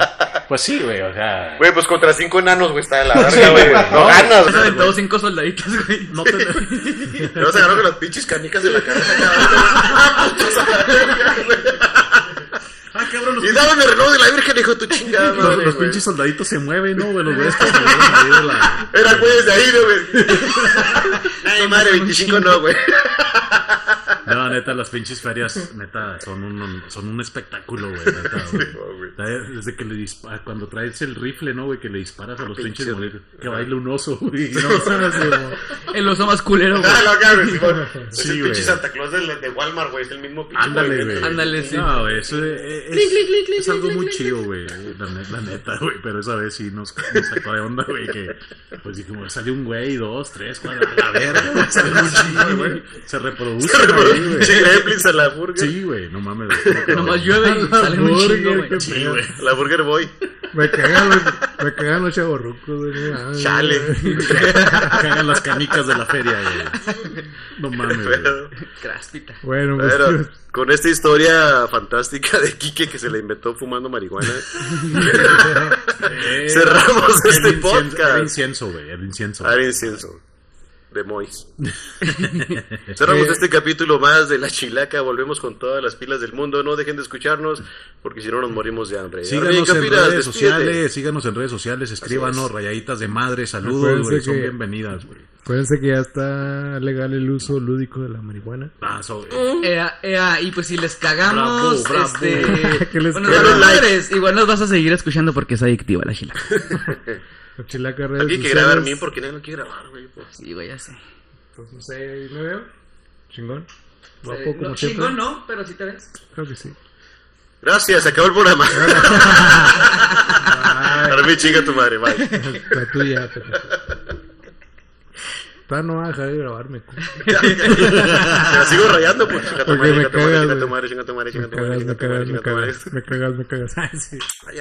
Pues sí, güey, o sea.
Güey, pues contra cinco enanos, güey, está de la verga, güey. No ganas,
Se
güey.
aventó cinco soldaditos, güey.
No te...
Te vas a agarrar con las pinches canicas en la cabeza, cabrón. Putos a la verga, güey.
Ah, cabrón, los,
Y dame mi reloj de la virgen, hijo de tu chingada,
los-
madre,
los
güey.
pinches soldaditos se mueven, ¿no? Güey, los güeyes que se mueven ahí de la.
Eran güeyes de ahí, ¿no, güey. Ay, madre, 25 no, güey.
No, neta, las pinches ferias, neta, son un, son un espectáculo, güey, neta, güey. Trae- Desde que le dispa- cuando traes el rifle, ¿no, güey? Que le disparas a los pinches boleros. Que baila un oso, güey. No,
El oso más culero, güey.
Ah, lo acabes, Simón.
Sí,
Es el
güey.
pinche Santa Claus de, de Walmart, güey. Es el mismo pinche.
Ándale,
movimiento.
güey.
Ándale, sí.
No, güey, eso es, es- es algo muy chido, güey. La, ne- la neta, güey. Pero esa vez sí nos, nos sacó de onda, güey. Que pues dijimos, salió un güey, dos, tres, cuatro. A la verga, güey. Salió un chingo, güey. Se reproduce, güey.
Pinche Gremlins a la burger.
Sí, güey, no mames. güey.
Nomás llueve y salen un chingo, güey.
Sí, güey. A La burger boy.
Me cagan los, me cagan los chavorrucos, güey. no mames,
Chale.
güey.
Cagan las canicas de la feria, güey. No mames, güey.
Pero,
Cráspita.
Bueno, pues.
pero con esta historia fantástica de Quique que se la inventó fumando marihuana,
Eh,
cerramos
el
este
incien- El
podcast.
incienso, güey, el incienso.
Ahora incienso. Ah, De Mois. Cerramos este capítulo más de La Chilaca. Volvemos con todas las pilas del mundo. No dejen de escucharnos porque si no nos morimos de hambre. Armin,
Síganos
¿qué
en
opinas?
redes
Despídete.
sociales, síganos en redes sociales, escríbanos, rayaditas de madre, saludos,
Acuérdense
güey, son
que-
bienvenidas, güey.
Acuérdense que ya está legal el uso lúdico de la marihuana.
Ah, so-
Ea, ea, y pues si les
Bravo,
cagamos,
bravo.
este.
Que les
bueno,
cagamos.
no, no, madres, igual nos vas a seguir escuchando porque es adictiva la chila.
La chilaca redes
Alguien que
sociales.
grabe a Armin porque nadie lo quiere grabar, güey. pues.
Sí, güey, ya sé.
Pues no sé, ahí me veo. Chingón. Guapo
Eh,
como
no,
siempre.
chingón no, pero sí te ves.
Creo que sí.
Gracias, se acabó el programa. Armin, chinga tu madre. Bye.
La tuya. pero- Ta, no va a dejar de grabarme. cu-
Me la sigo rayando, pues. Chinga tu
Porque
madre, chinga
me
tu madre,
cagas,
chinga tu
güey.
madre, chinga tu madre,
Me
chinga tu madre,
cagas,
chinga tu
me
madre,
cagas,
chinga
me
tu madre.
cagas. Me cagas, me cagas. Ay, sí.